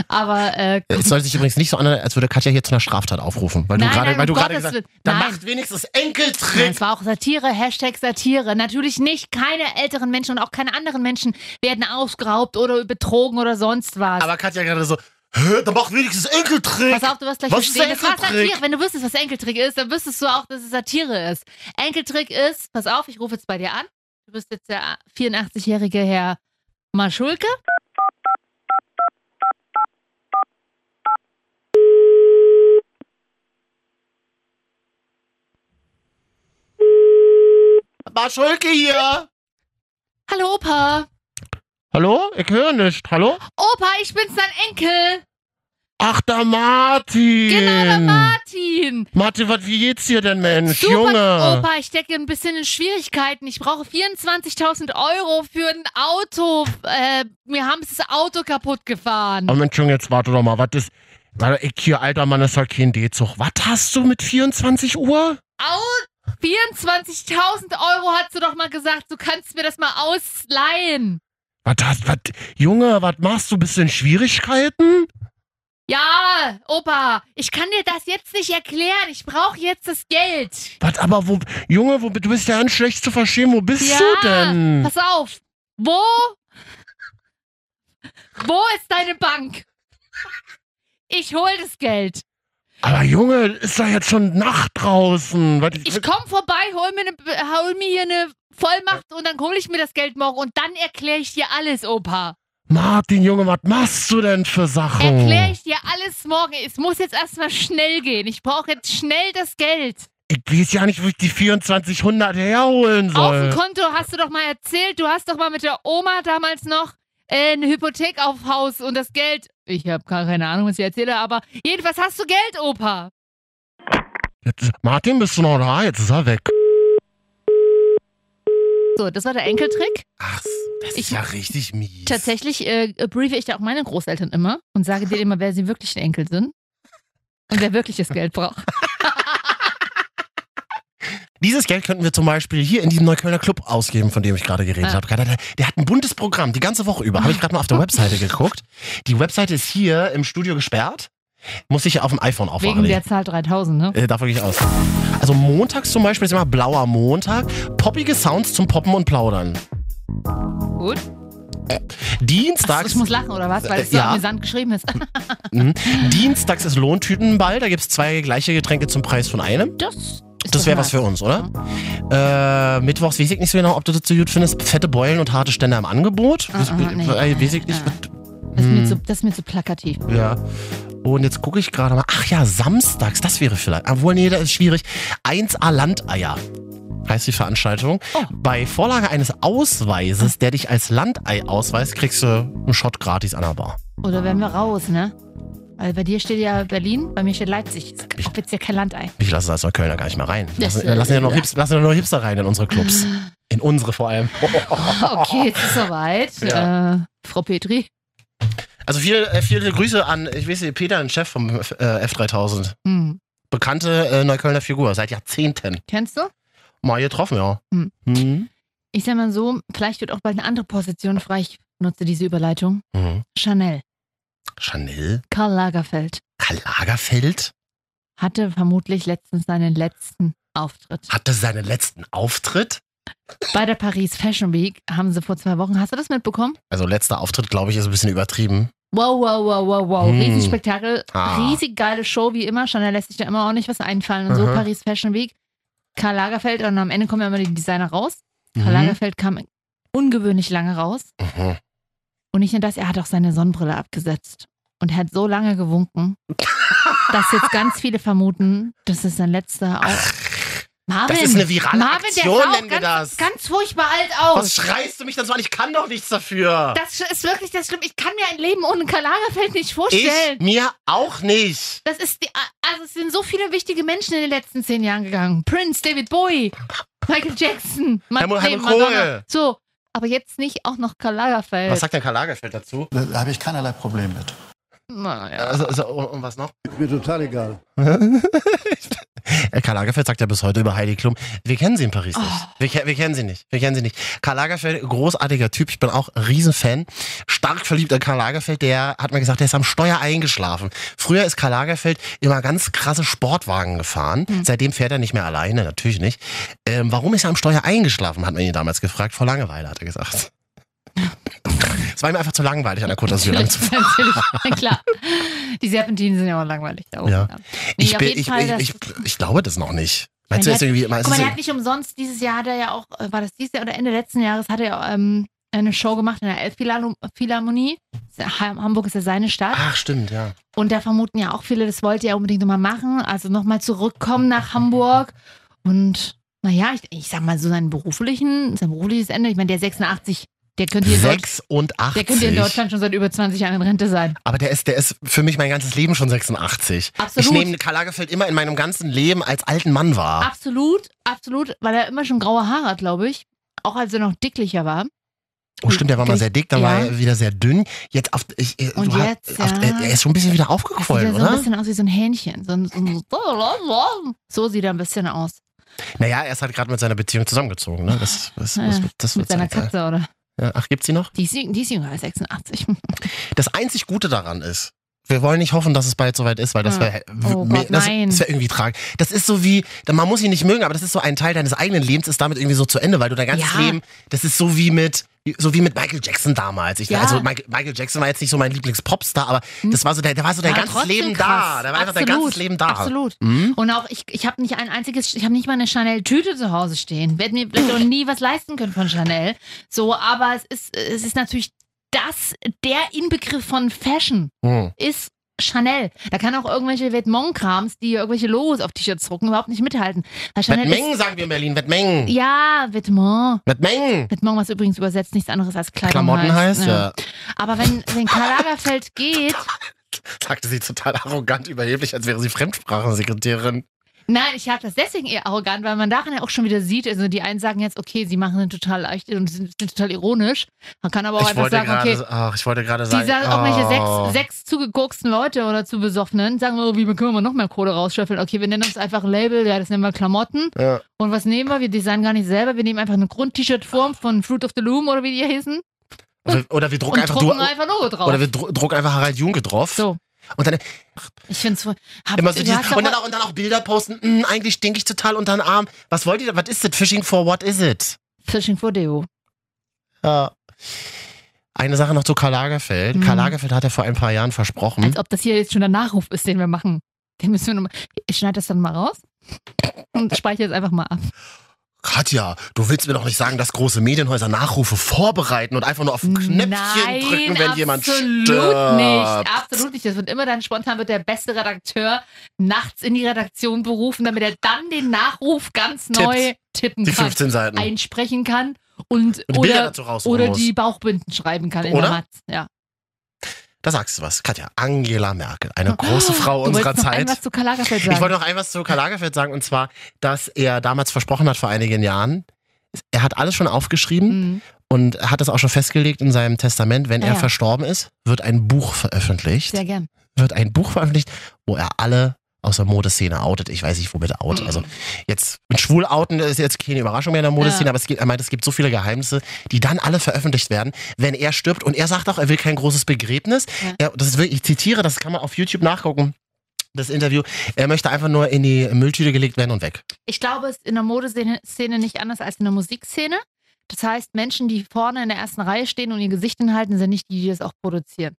Aber äh, Es soll sich übrigens nicht so anhören, als würde Katja hier zu einer Straftat aufrufen. Weil nein, du gerade nein, weil du um gerade Gottes gesagt hast, Willen. dann nein. macht wenigstens Nein, Enkeltrick. es war auch Satire, Hashtag Satire. Natürlich nicht. Keine älteren Menschen und auch keine anderen Menschen werden ausgeraubt oder betrogen oder sonst was. Aber Katja gerade so, hä, dann macht wenigstens Enkeltrick. Pass auf, du wirst gleich Was ist verstehen. Das war Enkeltrick? Satire. Wenn du wüsstest, was Enkeltrick ist, dann wüsstest du auch, dass es Satire ist. Enkeltrick ist, pass auf, ich rufe jetzt bei dir an. Du bist jetzt der 84-jährige Herr Maschulke. War Schulke hier. Hallo Opa. Hallo? Ich höre nicht. Hallo? Opa, ich bin's dein Enkel. Ach, der Martin. Genau, der Hm. Martin. Martin, was, wie geht's dir denn, Mensch? Super, Junge. Opa, ich stecke ein bisschen in Schwierigkeiten. Ich brauche 24.000 Euro für ein Auto. Äh, mir haben das Auto kaputt gefahren. Oh, Mensch, Junge, jetzt warte doch mal. Was ist. Warte, ich hier, alter Mann, ist doch kein D-Zug. Was hast du mit 24 Uhr? Au 24.000 Euro hast du doch mal gesagt. Du kannst mir das mal ausleihen. Was hast. Was, Junge, was machst du? Bist du in Schwierigkeiten? Ja, Opa, ich kann dir das jetzt nicht erklären. Ich brauche jetzt das Geld. Was, aber wo. Junge, wo, du bist ja ganz schlecht zu verstehen. Wo bist ja, du denn? pass auf. Wo? Wo ist deine Bank? Ich hol das Geld. Aber Junge, ist da jetzt schon Nacht draußen. Was, Ich komm vorbei, hol mir, ne, hol mir hier eine Vollmacht und dann hole ich mir das Geld morgen und dann erkläre ich dir alles, Opa. Martin, Junge, was machst du denn für Sachen? Erkläre ich dir alles morgen. Es muss jetzt erstmal schnell gehen. Ich brauche jetzt schnell das Geld. Ich weiß ja nicht, wo ich die 2400 herholen Auf soll. dem Konto hast du doch mal erzählt, du hast doch mal mit der Oma damals noch äh, eine Hypothek auf Haus und das Geld. Ich habe gar keine Ahnung, was ich erzähle, aber jedenfalls hast du Geld, Opa. Jetzt, Martin, bist du noch da? Jetzt ist er weg. So, das war der Enkeltrick. Ach, das ist Ich- ja richtig mies. Tatsächlich äh, briefe ich da auch meine Großeltern immer und sage denen immer, wer sie wirklich ein Enkel sind und wer wirklich das Geld braucht. Dieses Geld könnten wir zum Beispiel hier in diesem Neuköllner Club ausgeben, von dem ich gerade geredet Ah. habe. Gerade Der, der hat ein buntes Programm, die ganze Woche über. Habe ich gerade mal auf der Webseite geguckt. Die Webseite ist hier im Studio gesperrt. Muss ich ja auf dem iPhone aufmachen. Wegen der Zahl 3000, ne? Äh, davon gehe ich aus. Also montags zum Beispiel ist immer blauer Montag. Poppige Sounds zum Poppen und Plaudern. Gut. Ach, Dienstags, ich muss lachen, oder was? Weil es so Äh, Ja. amüsant geschrieben ist. Dienstags ist Lohntütenball. Da gibt es zwei gleiche Getränke zum Preis von einem. Das, ist Das doch wäre nice. was für uns, oder? Äh, Mittwochs weiß ich nicht so genau, ob du das so gut findest. Fette Beulen und harte Ständer im Angebot. Ah, ah, nee, äh, weiß ich nee, nicht. Das ist Mhm. mir zu, das ist mir zu plakativ. Ja. Und jetzt gucke ich gerade mal. Ach ja, samstags, das wäre vielleicht. Obwohl, nee, das ist schwierig. 1A Landeier heißt die Veranstaltung. Oh. Bei Vorlage eines Ausweises, der dich als Landei ausweist, kriegst du einen Shot gratis an der Bar. Oder wären wir raus, ne? Weil bei dir steht ja Berlin, bei mir steht Leipzig. Ist ja- Ob jetzt ja kein Landei. Ich lasse das als Kölner gar nicht mehr rein. Das- Lassen, lassen, ja noch Hipster, lassen ja nur Hipster rein in unsere Clubs. In unsere vor allem. Oh, Okay, jetzt ist soweit. Ja. Äh, Frau Petri. Also viel, äh, viele Grüße an, ich weiß nicht, Peter, den Chef vom äh, F3000. Hm. Bekannte äh, Neuköllner Figur, seit Jahrzehnten. Kennst du? Mal getroffen, ja. Hm. Mhm. Ich sag mal so, vielleicht wird auch bald eine andere Position frei. Ich nutze diese Überleitung. Mhm. Chanel. Chanel, Karl Lagerfeld Karl Lagerfeld. hatte vermutlich letztens seinen letzten Auftritt. hatte seinen letzten Auftritt. Bei der Paris Fashion Week haben sie vor zwei Wochen, hast du das mitbekommen? Also letzter Auftritt, glaube ich, ist ein bisschen übertrieben. Wow, wow, wow, wow, wow. Hm. Riesenspektakel. Ah. Riesig geile Show, wie immer. Chanel lässt sich da immer auch nicht was einfallen. Und so Aha. Paris Fashion Week, Karl Lagerfeld. Und am Ende kommen ja immer die Designer raus. Karl Mhm. Lagerfeld kam ungewöhnlich lange raus. Mhm. Und nicht nur das, er hat auch seine Sonnenbrille abgesetzt. Und er hat so lange gewunken, dass jetzt ganz viele vermuten, das ist sein letzter Auftritt. Marvin, Das ist eine virale Marvin, Aktion, der sah auch nennen wir das. ganz, Ganz furchtbar alt aus. Was schreist du mich dann so an? Ich kann doch nichts dafür. Das ist wirklich das Schlimme. Ich kann mir ein Leben ohne Karl Lagerfeld nicht ich vorstellen. mir auch nicht. das ist die, also es sind so viele wichtige Menschen in den letzten zehn Jahren gegangen. Prince, David Bowie, Michael Jackson, Ma- Helmut- nee, Helmut Madonna. Kohl. So, aber jetzt nicht auch noch Karl Lagerfeld. Was sagt denn Karl Lagerfeld dazu? Da habe ich keinerlei Problem mit. naja. Also, also, und, und was noch? Mir total egal. Äh, Karl Lagerfeld sagt ja bis heute über Heidi Klum, wir kennen sie in Paris nicht. Wir, ke- wir kennen sie nicht. Wir kennen sie nicht. Karl Lagerfeld, großartiger Typ. Ich bin auch ein Riesenfan. Stark verliebter Karl Lagerfeld, der hat mir gesagt, der ist am Steuer eingeschlafen. Früher ist Karl Lagerfeld immer ganz krasse Sportwagen gefahren. Seitdem fährt er nicht mehr alleine, natürlich nicht. Ähm, warum ist er am Steuer eingeschlafen, hat man ihn damals gefragt. Vor Langeweile, hat er gesagt. Es war ihm einfach zu langweilig, an der Côte d'Azur lang zu fahren. Natürlich, na klar. Die Serpentinen sind ja auch langweilig da oben. Ja. Nee, Ich, auf bin- jeden ich, Fall, ich, das- ich, ich glaube das noch nicht. Mein Meinst du, er ist Herz- irgendwie, meinst Guck du, mal, es der ist- hat nicht umsonst, dieses Jahr hat er ja auch, äh, war das dieses Jahr oder Ende letzten Jahres, hat er ja, ähm, eine Show gemacht in der Elbphilharmonie. Ist ja- Ha- Hamburg ist ja seine Stadt. Ach, stimmt, ja. Und da vermuten ja auch viele, das wollte er unbedingt nochmal machen. Also nochmal zurückkommen nach Hamburg. Und naja, ich, ich sag mal so seinen beruflichen, sein berufliches Ende. Ich meine, der ist 86, der könnte hier in Deutsch- 86. der könnte in Deutschland schon seit über 20 Jahren in Rente sein. Aber der ist, der ist für mich mein ganzes Leben schon 86. Absolut. Ich nehme Karl Lagerfeld immer in meinem ganzen Leben als alten Mann wahr. Absolut, absolut, weil er immer schon graue Haare hat, glaube ich. Auch als er noch dicklicher war. oh, stimmt, der war mal sehr dick, dann Ja. war er wieder sehr dünn. Jetzt auf, ich, äh, Und du hast- jetzt, auf, ja. äh, er ist schon ein bisschen wieder Sieht aufgequollen, er so ein oder? bisschen aus wie so ein Hähnchen. So, ein, so, ein- so sieht er ein bisschen aus. Naja, er ist halt gerade mit seiner Beziehung zusammengezogen, ne? Das, das, das, Ja, das, das Mit wird seiner sein, Katze, oder? ja. Ach, gibt's sie noch? Die ist, jüng- die ist jünger als 86. Das einzig Gute daran ist, wir wollen nicht hoffen, dass es bald soweit ist, weil das Ja. wäre Oh mir- Gott, das, nein. das wär irgendwie tragisch. Das ist so wie, man muss ihn nicht mögen, aber das ist so ein Teil deines eigenen Lebens, ist damit irgendwie so zu Ende, weil du dein ganzes Ja. Leben, das ist so wie mit, so wie mit Michael Jackson damals. Ich, Ja. Hm. Also Michael, Michael Jackson war jetzt nicht so mein Lieblingspopstar, aber das war so, der, der war so dein Aber ganzes trotzdem Leben krass. da. Der war einfach dein Absolut. ganzes Leben da. Absolut. Mhm. Und auch ich, ich habe nicht ein einziges, ich habe nicht mal eine Chanel-Tüte zu Hause stehen. Werde mir vielleicht auch nie was leisten können von Chanel. So, aber es ist, es ist natürlich das, der Inbegriff von Fashion Hm. ist Chanel. Da kann auch irgendwelche Vêtement-Krams, die irgendwelche Logos auf T-Shirts drucken, überhaupt nicht mithalten. Weil Chanel ist, Wettmengen, sagen wir in Berlin, Wettmengen. ja, Vêtement. Wettmengen. Vêtement, was übrigens übersetzt nichts anderes als Kleidung Klamotten heißt, Ja. ja. Aber wenn, wenn Karl Lagerfeld geht, sagte sie total arrogant, überheblich, als wäre sie Fremdsprachensekretärin. Nein, ich habe das deswegen eher arrogant, weil man daran ja auch schon wieder sieht, also die einen sagen jetzt, okay, sie machen den total leicht und sind, sind total ironisch. Man kann aber auch Ich einfach wollte, sagen, gerade, okay, ach, ich wollte gerade sagen, die sagen auch welche oh. sechs, sechs zugegucksten Leute oder zu besoffenen, sagen wir, oh, wie können wir noch mehr Kohle rausschöffeln? Okay, wir nennen uns einfach ein Label, ja, das nennen wir Klamotten. Ja. Und was nehmen wir? Wir designen gar nicht selber, wir nehmen einfach eine Grund-T-Shirt-Form von Fruit of the Loom oder wie die hießen Oder- Oder wir drucken und einfach, du, drucken einfach Logo drauf. oder wir dru- drucken einfach Harald Junge drauf. so, Und dann ich finde es voll. Hab, immer so du dieses, hast doch und dann mal- auch, und dann auch Bilder posten, "Mm, eigentlich stink ich total unter den Arm. Was wollt ihr da? Was ist das? Fishing for what is it? Fishing for Deo. Ja. Eine Sache noch zu Karl Lagerfeld. Mhm. Also- Karl Lagerfeld hat ja vor ein paar Jahren versprochen. Als ob das hier jetzt schon der Nachruf ist, den wir machen. Den müssen wir nochmal. Ich schneide das dann mal raus und speichere es einfach mal ab. Katja, du willst mir doch nicht sagen, dass große Medienhäuser Nachrufe vorbereiten und einfach nur auf ein Knöpfchen Nein, drücken, wenn jemand absolut stirbt. nicht. Absolut nicht. Das wird immer dann spontan wird der beste Redakteur nachts in die Redaktion berufen, damit er dann den Nachruf ganz Tipps. neu tippen Die kann, 15 Seiten. einsprechen kann und und, die Bilder oder, dazu rausholen oder muss. die Bauchbinden schreiben kann in Oder? der Matz. Ja. Da sagst du was. Katja, Angela Merkel, eine große Frau Ah, du unserer wolltest Noch ein, Zeit. was zu Karl Lagerfeld sagen. Ich wollte noch ein was zu Karl Lagerfeld sagen, und zwar, dass er damals versprochen hat vor einigen Jahren, er hat alles schon aufgeschrieben Mhm. und hat das auch schon festgelegt in seinem Testament, wenn Ah, er ja. verstorben ist, wird ein Buch veröffentlicht. Sehr gern. Wird ein Buch veröffentlicht, wo er alle aus der Modeszene outet. Ich weiß nicht, womit out. Mhm. Also jetzt mit schwul outen ist jetzt keine Überraschung mehr in der Modeszene, Ja. aber es gibt, er meint, es gibt so viele Geheimnisse, die dann alle veröffentlicht werden, wenn er stirbt. Und er sagt auch, er will kein großes Begräbnis. Er, das ist wirklich, ich zitiere, das kann man auf YouTube nachgucken. Das Interview. Er möchte einfach nur in die Mülltüte gelegt werden und weg. Ich glaube, es ist in der Modeszene Szene nicht anders als in der Musikszene. Das heißt, Menschen, die vorne in der ersten Reihe stehen und ihr Gesicht hinhalten, sind nicht die, die das auch produzieren.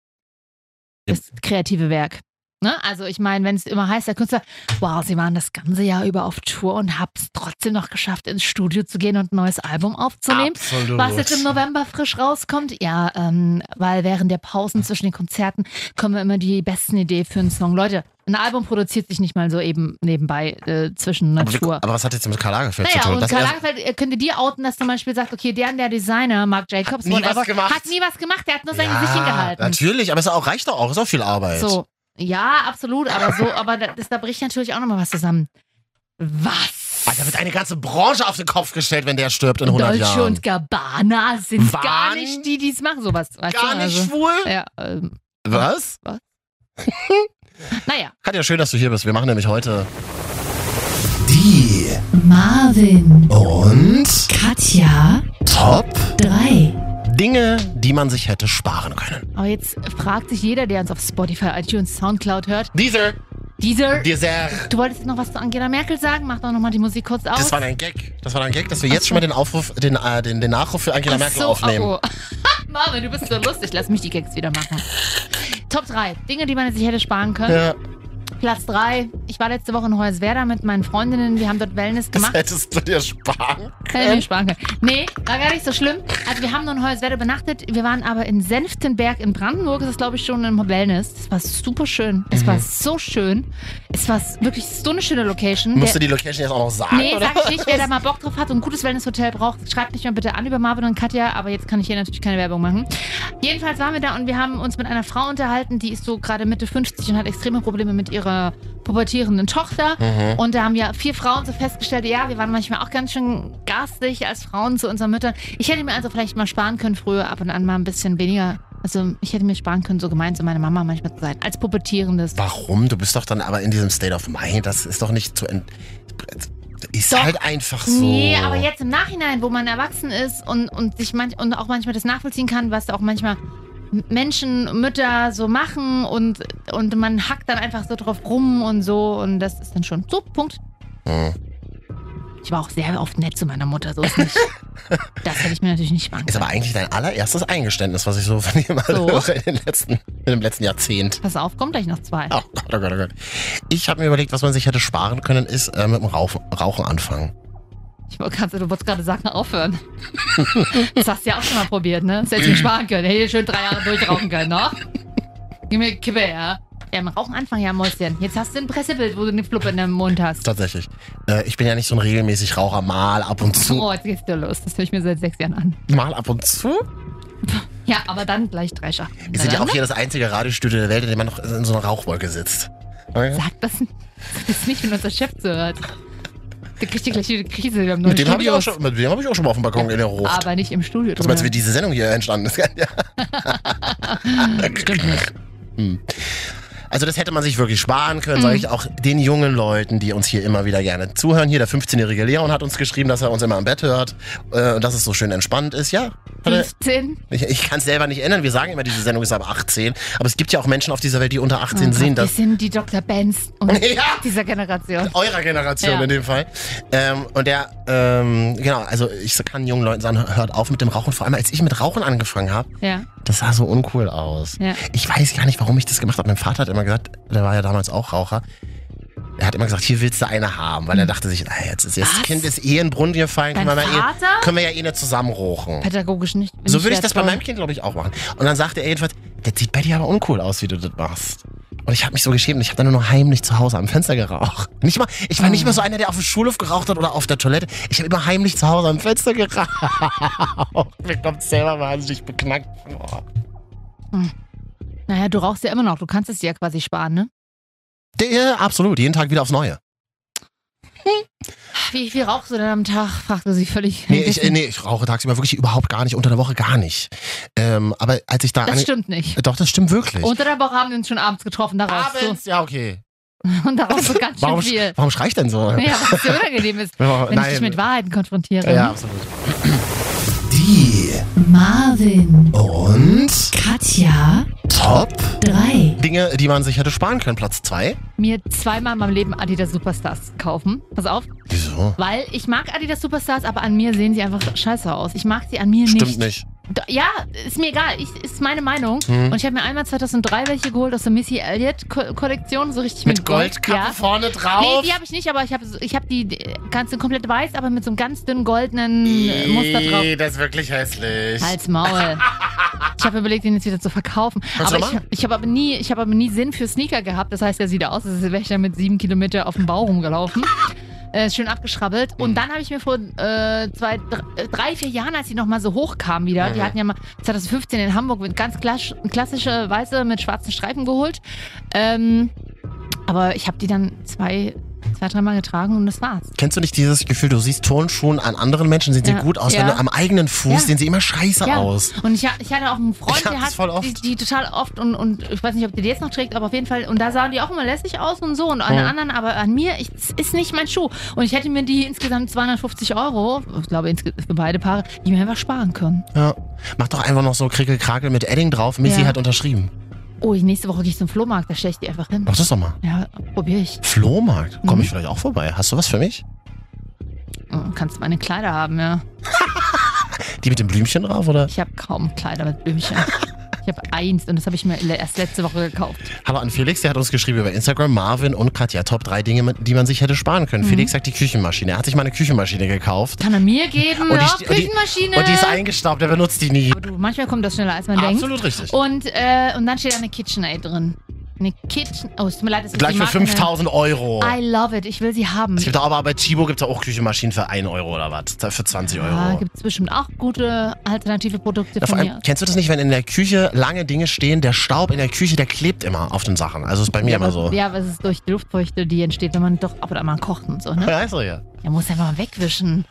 Das kreative Werk. Ne? Also ich meine, wenn es immer heißt, der Künstler, wow, sie waren das ganze Jahr über auf Tour und hab's trotzdem noch geschafft, ins Studio zu gehen und ein neues Album aufzunehmen. Absolut. Was jetzt im November frisch rauskommt? Ja, ähm, weil während der Pausen zwischen den Konzerten kommen wir immer die besten Ideen für einen Song. Leute, ein Album produziert sich nicht mal so eben nebenbei äh, zwischen einer aber, wir, Tour. aber was hat jetzt mit Karl Lagerfeld zu Naja, tun? und Dass Karl er- Lagerfeld äh, könnte dir outen, dass zum Beispiel sagt, okay, der und der Designer, Marc Jacobs, Nie was whatever, gemacht. hat nie was gemacht, der hat nur sein ja, Gesicht hingehalten. Natürlich, aber es auch, reicht doch auch, ist auch viel Arbeit. So, ja, absolut, aber so, aber da- das, da bricht natürlich auch nochmal was zusammen. Was? Alter, wird eine ganze Branche auf den Kopf gestellt, wenn der stirbt in 100 Deutsche Jahren. und Gabbana sind gar Wann? nicht die, die es machen, sowas. weißt Gar du? nicht Also, schwul? ja, ähm, Was? Naja. Katja, schön, dass du hier bist. Wir machen nämlich heute Die Marvin, und Katja, Top 3. Dinge, die man sich hätte sparen können. Aber jetzt fragt sich jeder, der uns auf Spotify, iTunes, Soundcloud hört, Dieser, dieser, dieser. du wolltest noch was zu Angela Merkel sagen? Mach doch nochmal die Musik kurz aus. Das war ein Gag. Das war ein Gag, dass wir jetzt schon mal den Aufruf, den, äh, den, den Nachruf für Angela Ach Merkel so, aufnehmen. Oh, oh. Marvin, du bist so lustig. Lass mich die Gags wieder machen. Top 3. Dinge, die man sich hätte sparen können. Ja, Platz 3. Ich war letzte Woche in Hoyerswerda mit meinen Freundinnen. Wir haben dort Wellness das gemacht. hättest du dir sparen Hätte ich mir können. sparen können. Nee, war gar nicht so schlimm. Also wir haben nur in Hoyerswerda benachtet. Wir waren aber in Senftenberg in Brandenburg. Das ist, glaube ich, schon im Wellness. Das war super schön. Es war so schön. Es war wirklich so eine schöne Location. Musst du Der- die Location jetzt auch noch sagen? Nee, oder? sag ich nicht. Wer da mal Bock drauf hat und ein gutes Wellnesshotel braucht, schreibt mich mal bitte an über Marvin und Katja. Aber jetzt kann ich hier natürlich keine Werbung machen. Jedenfalls waren wir da und wir haben uns mit einer Frau unterhalten, die ist so gerade Mitte 50 und hat extreme Probleme mit ihrer pubertierenden Tochter. Mhm. Und da haben ja vier Frauen so festgestellt, ja, wir waren manchmal auch ganz schön garstig als Frauen zu unseren Müttern. Ich hätte mir also vielleicht mal sparen können, früher ab und an mal ein bisschen weniger. Also ich hätte mir sparen können, so gemeinsam meine Mama manchmal zu sein. Als pubertierendes. Warum? Du bist doch dann aber in diesem State of Mind. Das ist doch nicht zu ent. Ist Doch. halt einfach so. Nee, aber jetzt im Nachhinein, wo man erwachsen ist und, und sich manch, und auch manchmal das nachvollziehen kann, was auch manchmal Menschen, Mütter so machen und, und man hackt dann einfach so drauf rum und so und das ist dann schon so, Punkt. Hm. Ich war auch sehr oft nett zu meiner Mutter, so ist nicht. das hätte ich mir natürlich nicht machen Ist aber können. eigentlich dein allererstes Eingeständnis, was ich so von dir mal So. höre in, den letzten, in dem letzten Jahrzehnt. Pass auf, kommt gleich noch zwei. Oh Gott, oh Gott, oh Gott. Ich habe mir überlegt, was man sich hätte sparen können, ist äh, mit dem Rauchen, Rauchen anfangen. Ich wollte gerade, du wolltest gerade sagen, aufhören. das hast du ja auch schon mal probiert, ne? Das hättest du mir sparen können. Hätte ich schön drei Jahre durchrauchen können, ne? Gib mir Kippe, ja? Ja, im Rauchen anfangen, ja, Mäuschen. Jetzt hast du ein Pressebild, wo du eine Fluppe in deinem Mund hast. Tatsächlich. Äh, ich bin ja nicht so ein regelmäßig Raucher. Mal ab und zu. Oh, jetzt geht's dir los. Das höre ich mir seit sechs Jahren an. Mal ab und zu. Ja, aber dann gleich drei Schachteln. Wir sind ja auch hintereinander. hier das einzige Radiostudio der Welt, in dem man noch in so einer Rauchwolke sitzt. Sag das, sag das nicht, wenn unser Chef zuhört. Der kriegt hier gleich wieder Krise. Wir haben neue Mit dem habe ich, auch Studios. schon- mit dem hab ich auch schon mal auf dem Balkon in der Ruft. Aber nicht im Studio. Das meinst du, drüber. wie diese Sendung hier entstanden ist? Ja. Stimmt nicht. Hm. Also das hätte man sich wirklich sparen können, Hm. sage ich auch den jungen Leuten, die uns hier immer wieder gerne zuhören. Hier der 15-jährige Leon hat uns geschrieben, dass er uns immer im Bett hört äh, und dass es so schön entspannt ist. Ja, hat er, 15. ich, ich kann es selber nicht ändern. Wir sagen immer, diese Sendung ist ab 18. Aber es gibt ja auch Menschen auf dieser Welt, die unter 18 Oh sind. Gott, Das Wir sind die Dr. Benz und Ja. dieser Generation. eurer Generation Ja. in dem Fall. Ähm, und der, ähm, genau, also ich kann jungen Leuten sagen, hört auf mit dem Rauchen. Vor allem, als ich mit Rauchen angefangen habe, Ja. Das sah so uncool aus. Ja. Ich weiß gar nicht, warum ich das gemacht habe. Mein Vater hat immer gesagt, der war ja damals auch Raucher. Er hat immer gesagt, hier willst du eine haben, weil er dachte sich, na, jetzt ist jetzt Mhm. Was? das Kind ist eh in den Brunnen gefallen, können wir, Dein mal eh, Vater? können wir ja eh nicht zusammenrochen. Pädagogisch nicht. So nicht würde ich das bei wertvoll. meinem Kind, glaube ich, auch machen. Und dann sagte er jedenfalls, das sieht bei dir aber uncool aus, wie du das machst. Und ich habe mich so geschämt, ich habe dann nur noch heimlich zu Hause am Fenster geraucht. Nicht mal, ich war Ah. nicht mal so einer, der auf dem Schulhof geraucht hat oder auf der Toilette. Ich habe immer heimlich zu Hause am Fenster geraucht. Mir kommt selber wahnsinnig beknackt vor. Naja, du rauchst ja immer noch. Du kannst es dir ja quasi sparen, ne? Ja, absolut. Jeden Tag wieder aufs Neue. Wie viel rauchst du denn am Tag? fragte sie völlig. Nee, ich, äh, nee, ich rauche tagsüber wirklich überhaupt gar nicht, unter der Woche gar nicht. Ähm, aber als ich da. das ange- stimmt nicht. Doch, das stimmt wirklich. Unter der Woche haben wir uns schon abends getroffen. Da rauchst Abends, ja, okay. du. Und da rauchst du ganz schön Warum, viel. sch- warum schrei ich denn so? Ja, was dir unangenehm ist, Ja, wenn ich dich mit Wahrheiten konfrontiere. Ja, absolut. Die Marvin, Und Katja, Top 3. Dinge, die man sich hätte sparen können. Platz 2. Mir zweimal in meinem Leben Adidas Superstars kaufen. Pass auf, Wieso? weil ich mag Adidas Superstars, aber an mir sehen sie einfach scheiße aus. Ich mag sie an mir Stimmt nicht. D- Ja, ist mir egal. Ich, ist meine Meinung. Hm. Und ich habe mir einmal 2003 welche geholt aus der Missy Elliott-Kollektion, so richtig mit, Mit Goldkappe Ja. vorne Nee, drauf. die habe ich nicht, aber ich habe ich hab die die ganze komplett weiß, aber mit so einem ganz dünnen goldenen äh, Muster drauf. Halt. das ist wirklich hässlich. Halt's Maul. Ich habe überlegt, den jetzt wieder zu verkaufen. Kannst du aber ich, machen? ich habe aber, nie- ich habe aber nie Sinn für Sneaker gehabt. Das heißt, er sieht aus, als wäre ich dann mit sieben Kilometer auf dem Bau rumgelaufen. Äh, schön abgeschrabbelt. Mhm. Und dann habe ich mir vor äh, zwei, dr- äh, drei, vier Jahren, als die nochmal so hoch kamen wieder, Mhm. die hatten ja mal 2015 in Hamburg mit ganz klass klassische Weiße mit schwarzen Streifen geholt. Ähm, aber ich habe die dann zwei, zwei dreimal getragen und das war's. Kennst du nicht dieses Gefühl, du siehst Turnschuhen an anderen Menschen, sehen sie Ja. gut aus, wenn Ja. du am eigenen Fuß Ja. sehen sie immer scheiße aus. Und ich, ha- ich hatte auch einen Freund, Ich hab der das hat voll oft. Die, die total oft und, und ich weiß nicht, ob der die jetzt noch trägt, aber auf jeden Fall. Und da sahen die auch immer lässig aus und so und an Mhm. anderen, aber an mir ich, es ist nicht mein Schuh. Und ich hätte mir die insgesamt 250 Euro, ich glaube insge- für beide Paare, die mir einfach sparen können. Ja. Mach doch einfach noch so Krickelkrakel mit Edding drauf. Missy Ja. hat unterschrieben. Oh, ich- nächste Woche gehe ich zum Flohmarkt, da stelle ich die einfach hin. Mach das doch mal. Ja, probiere ich. Flohmarkt. Komme Mhm. ich vielleicht auch vorbei. Hast du was für mich? Oh, Kannst meine Kleider haben, ja. Die mit dem Blümchen drauf oder? Ich habe kaum Kleider mit Blümchen. Ich habe eins und das habe ich mir le- erst letzte Woche gekauft. Hallo an Felix, der hat uns geschrieben über Instagram, Marvin und Katja, Top 3 Dinge, mit- die man sich hätte sparen Mhm. können. Felix sagt die Küchenmaschine. Er hat sich mal eine Küchenmaschine gekauft. Kann er mir geben? Und die- ja, und die- Küchenmaschine. Und die ist eingestaubt, er benutzt die nie. Aber du, manchmal kommt das schneller, als man denkt. Absolut richtig. Und, äh, und dann steht da eine KitchenAid drin. Eine Kitchen... Oh, es tut mir leid, das ist Gleich die für Marke. 5000 Euro. I love it, ich will sie haben. Es gibt da aber bei Chibo gibt es auch Küchenmaschinen für 1 Euro oder was? Für 20 Euro. Ja, gibt es bestimmt auch gute alternative Produkte Ja, vor von allem, mir. kennst du das nicht, wenn in der Küche lange Dinge stehen, der Staub in der Küche, der klebt immer auf den Sachen. Also ist bei mir ja, immer aber- so. Ja, aber es ist durch die Luftfeuchte, die entsteht, wenn man doch ab und an mal kocht und so, ne? Ja, ist so, ja. Er muss einfach mal wegwischen.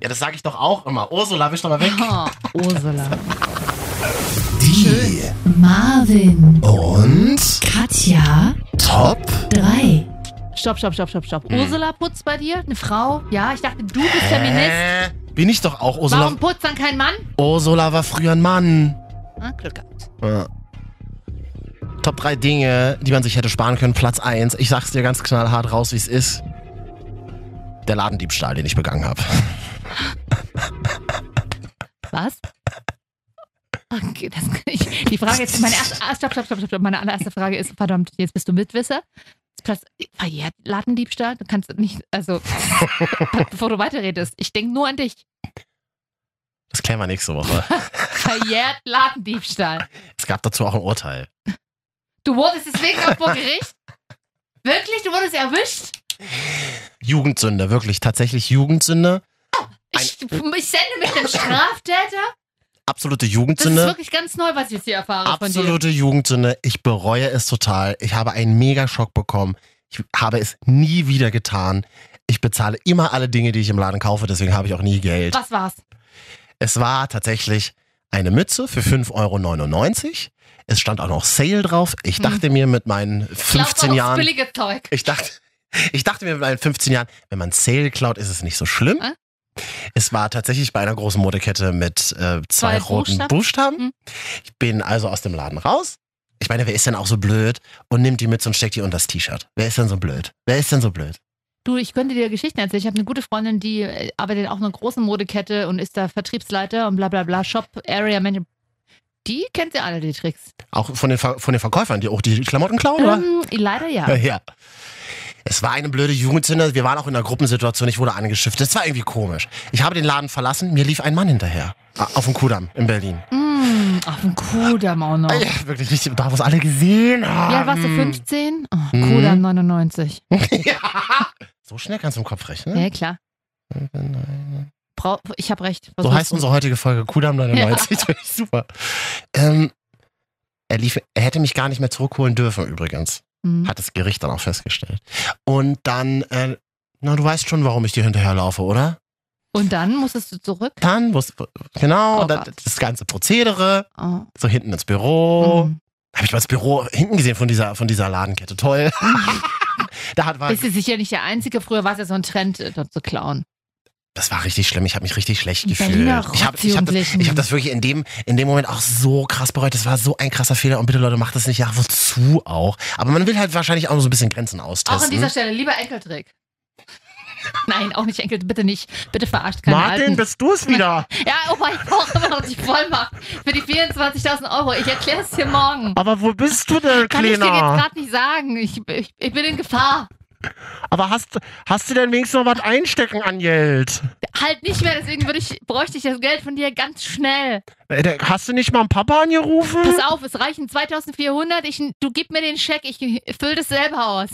Ja, das sage ich doch auch immer. Ursula, wisch doch mal weg. Oh, Ursula. Die Marvin, und Katja, Top 3. Stopp, stopp, stopp, stopp, stopp. Hm. Ursula putzt bei dir? Eine Frau? Ja, ich dachte, du bist Feminist. Äh, bin ich doch auch Ursula. Warum putzt dann kein Mann? Ursula war früher ein Mann. Ah, Glück gehabt. Ja. Top 3 Dinge, die man sich hätte sparen können. Platz 1, ich sag's dir ganz knallhart raus, wie es ist. Der Ladendiebstahl, den ich begangen habe. Was? Okay, das kann ich. Die Frage ist, meine erste, ah, stopp, stopp, stopp, stopp, stopp. Meine allererste Frage ist, verdammt, jetzt bist du Mitwisser. Ist Platz, verjährt Ladendiebstahl? Du kannst nicht, also, bevor du weiterredest, ich denke nur an dich. Das klären wir nächste Woche. Verjährt Ladendiebstahl. es gab dazu auch ein Urteil. Du wurdest deswegen auch vor Gericht? Wirklich? Du wurdest erwischt? Jugendsünde, wirklich, tatsächlich Jugendsünde. Ich, ich sende mich dem Straftäter? Absolute Das ist Jugendsünde. wirklich ganz neu, was ich jetzt hier erfahre von dir. Absolute Jugendsünde. Ich bereue es total. Ich habe einen Megaschock bekommen. Ich habe es nie wieder getan. Ich bezahle immer alle Dinge, die ich im Laden kaufe, deswegen habe ich auch nie Geld. Was war's? Es war tatsächlich eine Mütze für 5,99 Euro. Es stand auch noch Sale drauf. Ich Hm. dachte mir mit meinen Glaub 15 mal aufs Jahren. billige Zeug. Ich dachte, ich dachte mir mit meinen 15 Jahren, wenn man Sale klaut, ist es nicht so schlimm. Äh? Es war tatsächlich bei einer großen Modekette mit äh, zwei, Zwei roten Buchstaben. Buchstaben? Hm. Ich bin also aus dem Laden raus. Ich meine, wer ist denn auch so blöd und nimmt die Mütze und steckt die unter das T-Shirt? Wer ist denn so blöd? Wer ist denn so blöd? Du, ich könnte dir Geschichten erzählen. Ich habe eine gute Freundin, die äh, arbeitet auch in einer großen Modekette und ist da Vertriebsleiter und bla bla bla, Shop Area Manager. Die kennt ja alle die Tricks. Auch von den, Ver von den Verkäufern, die auch die Klamotten klauen, oder? Ähm, leider ja. Ja. Es war eine blöde Jugendsünde. Wir waren auch in einer Gruppensituation. Ich wurde angeschifft. Das war irgendwie komisch. Ich habe den Laden verlassen. Mir lief ein Mann hinterher. Ah, Auf dem Kudamm in Berlin. Mm, auf dem Kudamm auch noch. Ah, Ja, wirklich richtig. Da, wo es alle gesehen haben. Wie alt warst du? 15? Oh, Ähm. Mhm. Kudamm 99. Ja. So schnell kannst du im Kopf rechnen. ne? Ja, klar. Brau ich habe recht. So Versuch's. heißt unsere heutige Folge Kudamm 99. Finde ich super. Ähm, er, lief, er hätte mich gar nicht mehr zurückholen dürfen, übrigens. Mhm. Hat das Gericht dann auch festgestellt. Und dann, äh, na, du weißt schon, warum ich dir hinterherlaufe, oder? Und dann musstest du zurück. Dann, wo es- genau, Oh und dann Gott. das ganze Prozedere, Oh. so hinten ins Büro. Mhm. Habe ich mal das Büro hinten gesehen von dieser, von dieser Ladenkette. Toll. da hat, war, Mhm. Bist du sicher nicht der Einzige? Früher war es ja so ein Trend, äh, dort zu klauen. das war richtig schlimm. Ich habe mich richtig schlecht Die gefühlt. Berliner Ich habe ich hab das, Rotzjugendlichen. ich hab das wirklich in dem, in dem Moment auch so krass bereut. Das war so ein krasser Fehler. Und bitte, Leute, macht das nicht. Ja, wozu auch? Aber man will halt wahrscheinlich auch so ein bisschen Grenzen Auch an dieser austesten. Stelle, lieber Enkeltrick. Nein, auch nicht Enkel, bitte nicht. Bitte verarscht keine Martin, Alten. bist du es wieder? Ja, oh, ich brauche immer noch die Vollmacht für die 24.000 Euro. Ich erkläre es dir morgen. Aber wo bist du denn, Kann ich dir jetzt Oh, Kleiner? gerade nicht sagen. Ich, ich, ich bin in Gefahr. Aber hast, hast du denn wenigstens noch was einstecken an Geld? Halt nicht mehr, deswegen würde ich, bräuchte ich das Geld von dir ganz schnell. Äh, der- Hast du nicht mal einen Papa angerufen? Pass auf, es reichen 2400. Ich, du gib mir den Scheck, ich fülle das selber aus.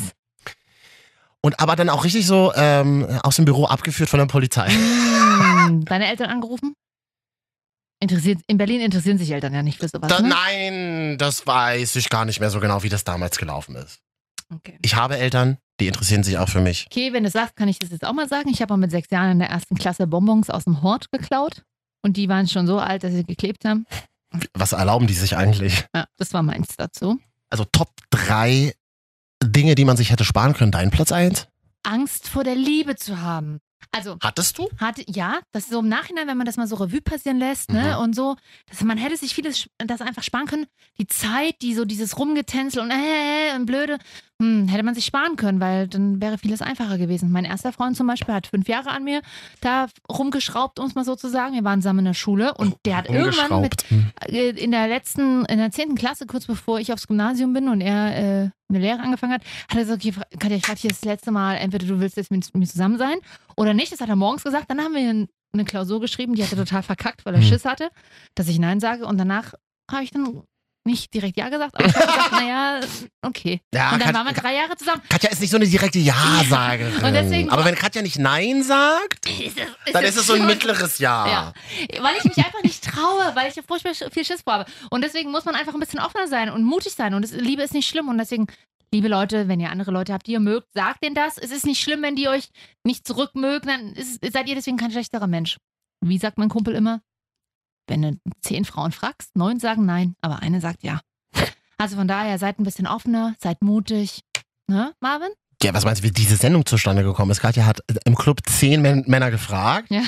Und aber dann auch richtig so ähm, aus dem Büro abgeführt von der Polizei. Hm, Deine Eltern angerufen? Interessiert, in Berlin interessieren sich Eltern ja nicht für sowas. Da, ne? nein, das weiß ich gar nicht mehr so genau, wie das damals gelaufen ist. Okay. Ich habe Eltern, die interessieren sich auch für mich. okay, wenn du sagst, kann ich das jetzt auch mal sagen. Ich habe mal mit sechs Jahren in der ersten Klasse Bonbons aus dem Hort geklaut. Und die waren schon so alt, dass sie geklebt haben. Was erlauben die sich eigentlich? Ja, das war meins dazu. Also Top 3 Dinge, die man sich hätte sparen können. Dein Platz 1? Angst vor der Liebe zu haben. Also, Hattest du? hatte, ja, das ist so im Nachhinein, wenn man das mal so Revue passieren lässt, ne, und so, dass man hätte sich vieles, sch- das einfach sparen können. Die Zeit, die so dieses Rumgetänzel und äh, äh, und blöde, hm, hätte man sich sparen können, weil dann wäre vieles einfacher gewesen. Mein erster Freund zum Beispiel hat fünf Jahre an mir da rumgeschraubt, um es mal so zu sagen. Wir waren zusammen in der Schule und der hat irgendwann mit Umgeschraubt. Hm. äh, in der letzten, in der zehnten Klasse, kurz bevor ich aufs Gymnasium bin und er äh, eine Lehre angefangen hat, hat er gesagt, okay, Fra- Katja, ich frage dich das letzte Mal, entweder du willst jetzt mit mir zusammen sein oder nicht. Das hat er morgens gesagt. Dann haben wir ein- eine Klausur geschrieben, die hat er total verkackt, weil er Mhm. Schiss hatte, dass ich Nein sage. Und danach habe ich dann nicht direkt Ja gesagt, aber ich habe gesagt, naja, okay. Ja, und dann Kat waren wir drei Jahre zusammen. Katja ist nicht so eine direkte Ja-Sagerin. Und deswegen- Aber wenn Katja nicht Nein sagt, Ist das- dann das ist es so ein schon- mittleres Ja. Ja. Weil ich mich einfach nicht traue, weil ich ja furchtbar sch- viel Schiss vor habe. Und deswegen muss man einfach ein bisschen offener sein und mutig sein. Und es, Liebe ist nicht schlimm. Und deswegen, liebe Leute, wenn ihr andere Leute habt, die ihr mögt, sagt denen das. Es ist nicht schlimm, wenn die euch nicht zurückmögen. Dann ist, seid ihr deswegen kein schlechterer Mensch. Wie sagt mein Kumpel immer? Wenn du zehn Frauen fragst, neun sagen nein, aber eine sagt ja. Also von daher, seid ein bisschen offener, seid mutig. Ne, Marvin? äh, Ja, was meinst du, wie diese Sendung zustande gekommen ist? Katja hat im Club zehn Män Männer gefragt Ja.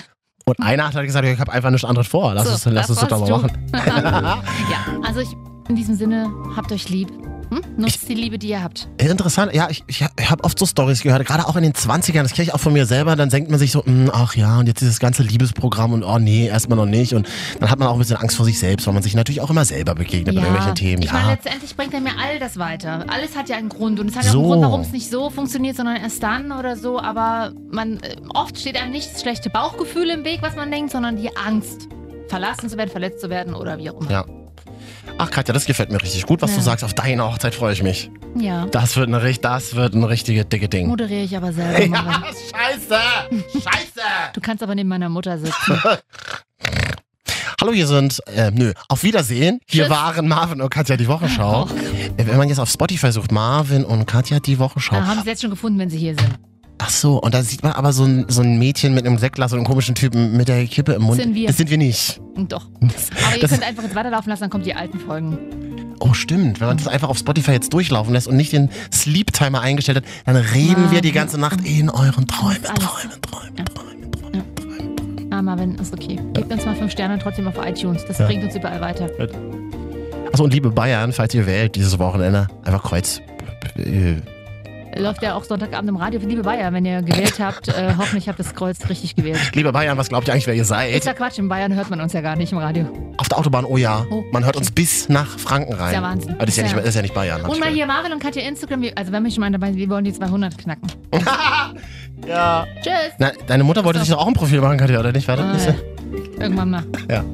Und einer hat halt gesagt, ich habe einfach nichts anderes vor. Lass So, es, lass das es doch mal warst machen. ja, also ich, in diesem Sinne, habt euch lieb. Hm? Nutzt die Liebe, die ihr habt. Interessant, ja, ich, ich habe oft so Stories gehört, gerade auch in den 20ern, das kenne ich auch von mir selber, dann denkt man sich so, mm, ach ja, und jetzt dieses ganze Liebesprogramm und oh nee, erstmal noch nicht. Und dann hat man auch ein bisschen Angst vor sich selbst, weil man sich natürlich auch immer selber begegnet bei irgendwelchen Themen. Ich meine, Ja, letztendlich bringt er mir all das weiter. Alles hat ja einen Grund. Und es hat ja auch So. einen Grund, warum es nicht so funktioniert, sondern erst dann oder so. Aber man äh, oft steht einem nicht das schlechte Bauchgefühl im Weg, was man denkt, sondern die Angst, verlassen zu werden, verletzt zu werden oder wie auch immer. Ja. ach Katja, das gefällt mir richtig gut, was Ja. du sagst. Auf deine Hochzeit freue ich mich. Ja. Das wird, eine, richt- das wird ein richtige dicke Ding. Moderiere ich aber selber. Ja, Mara. scheiße! Scheiße! Du kannst aber neben meiner Mutter sitzen. Hallo, hier sind, äh, nö, auf Wiedersehen. Hier Tschüss. waren Marvin und Katja die Wochenschau. Oh. Äh, Wenn man jetzt auf Spotify sucht, Marvin und Katja die Wochenschau. Da haben sie jetzt schon gefunden, wenn sie hier sind. Ach so, und da sieht man aber so ein, so ein Mädchen mit einem Sektglas und einem komischen Typen mit der Kippe im Mund. Sind wir. Das sind wir nicht. Doch. Aber ihr Das- könnt einfach jetzt weiterlaufen lassen, dann kommen die alten Folgen. Oh, stimmt. Wenn man das einfach auf Spotify jetzt durchlaufen lässt und nicht den Sleep-Timer eingestellt hat, dann reden wir die ganze Nacht in euren Träumen, Das ist alles. Träumen, Träumen, Träumen, Träumen. Ah, Marvin, ist okay. Gebt uns mal fünf Sterne trotzdem auf iTunes. Das bringt uns überall weiter. Achso, Also, und liebe Bayern, falls ihr wählt dieses Wochenende, einfach Kreuz. äh, Läuft ja auch Sonntagabend im Radio. Liebe Bayern, wenn ihr gewählt habt, äh, hoffentlich habt ihr das Kreuz richtig gewählt. Liebe Bayern, was glaubt ihr eigentlich, wer ihr Ist seid? ja Quatsch, in Bayern hört man uns ja gar nicht im Radio. Auf der Autobahn, oh ja. Oh. Man hört uns bis nach Franken rein. Ist ja Wahnsinn. Aber das ist ja, Ist nicht, ja- das ist ja nicht Bayern. Und mal hier Marvin und Katja Instagram. wir- Also wenn mich schon mal dabei, sind, wir wollen die 200 knacken. Ja. Tschüss. Na, deine Mutter wollte sich doch auch ein Profil machen, Katja, oder nicht? War das nicht? Äh, irgendwann mal. Ja.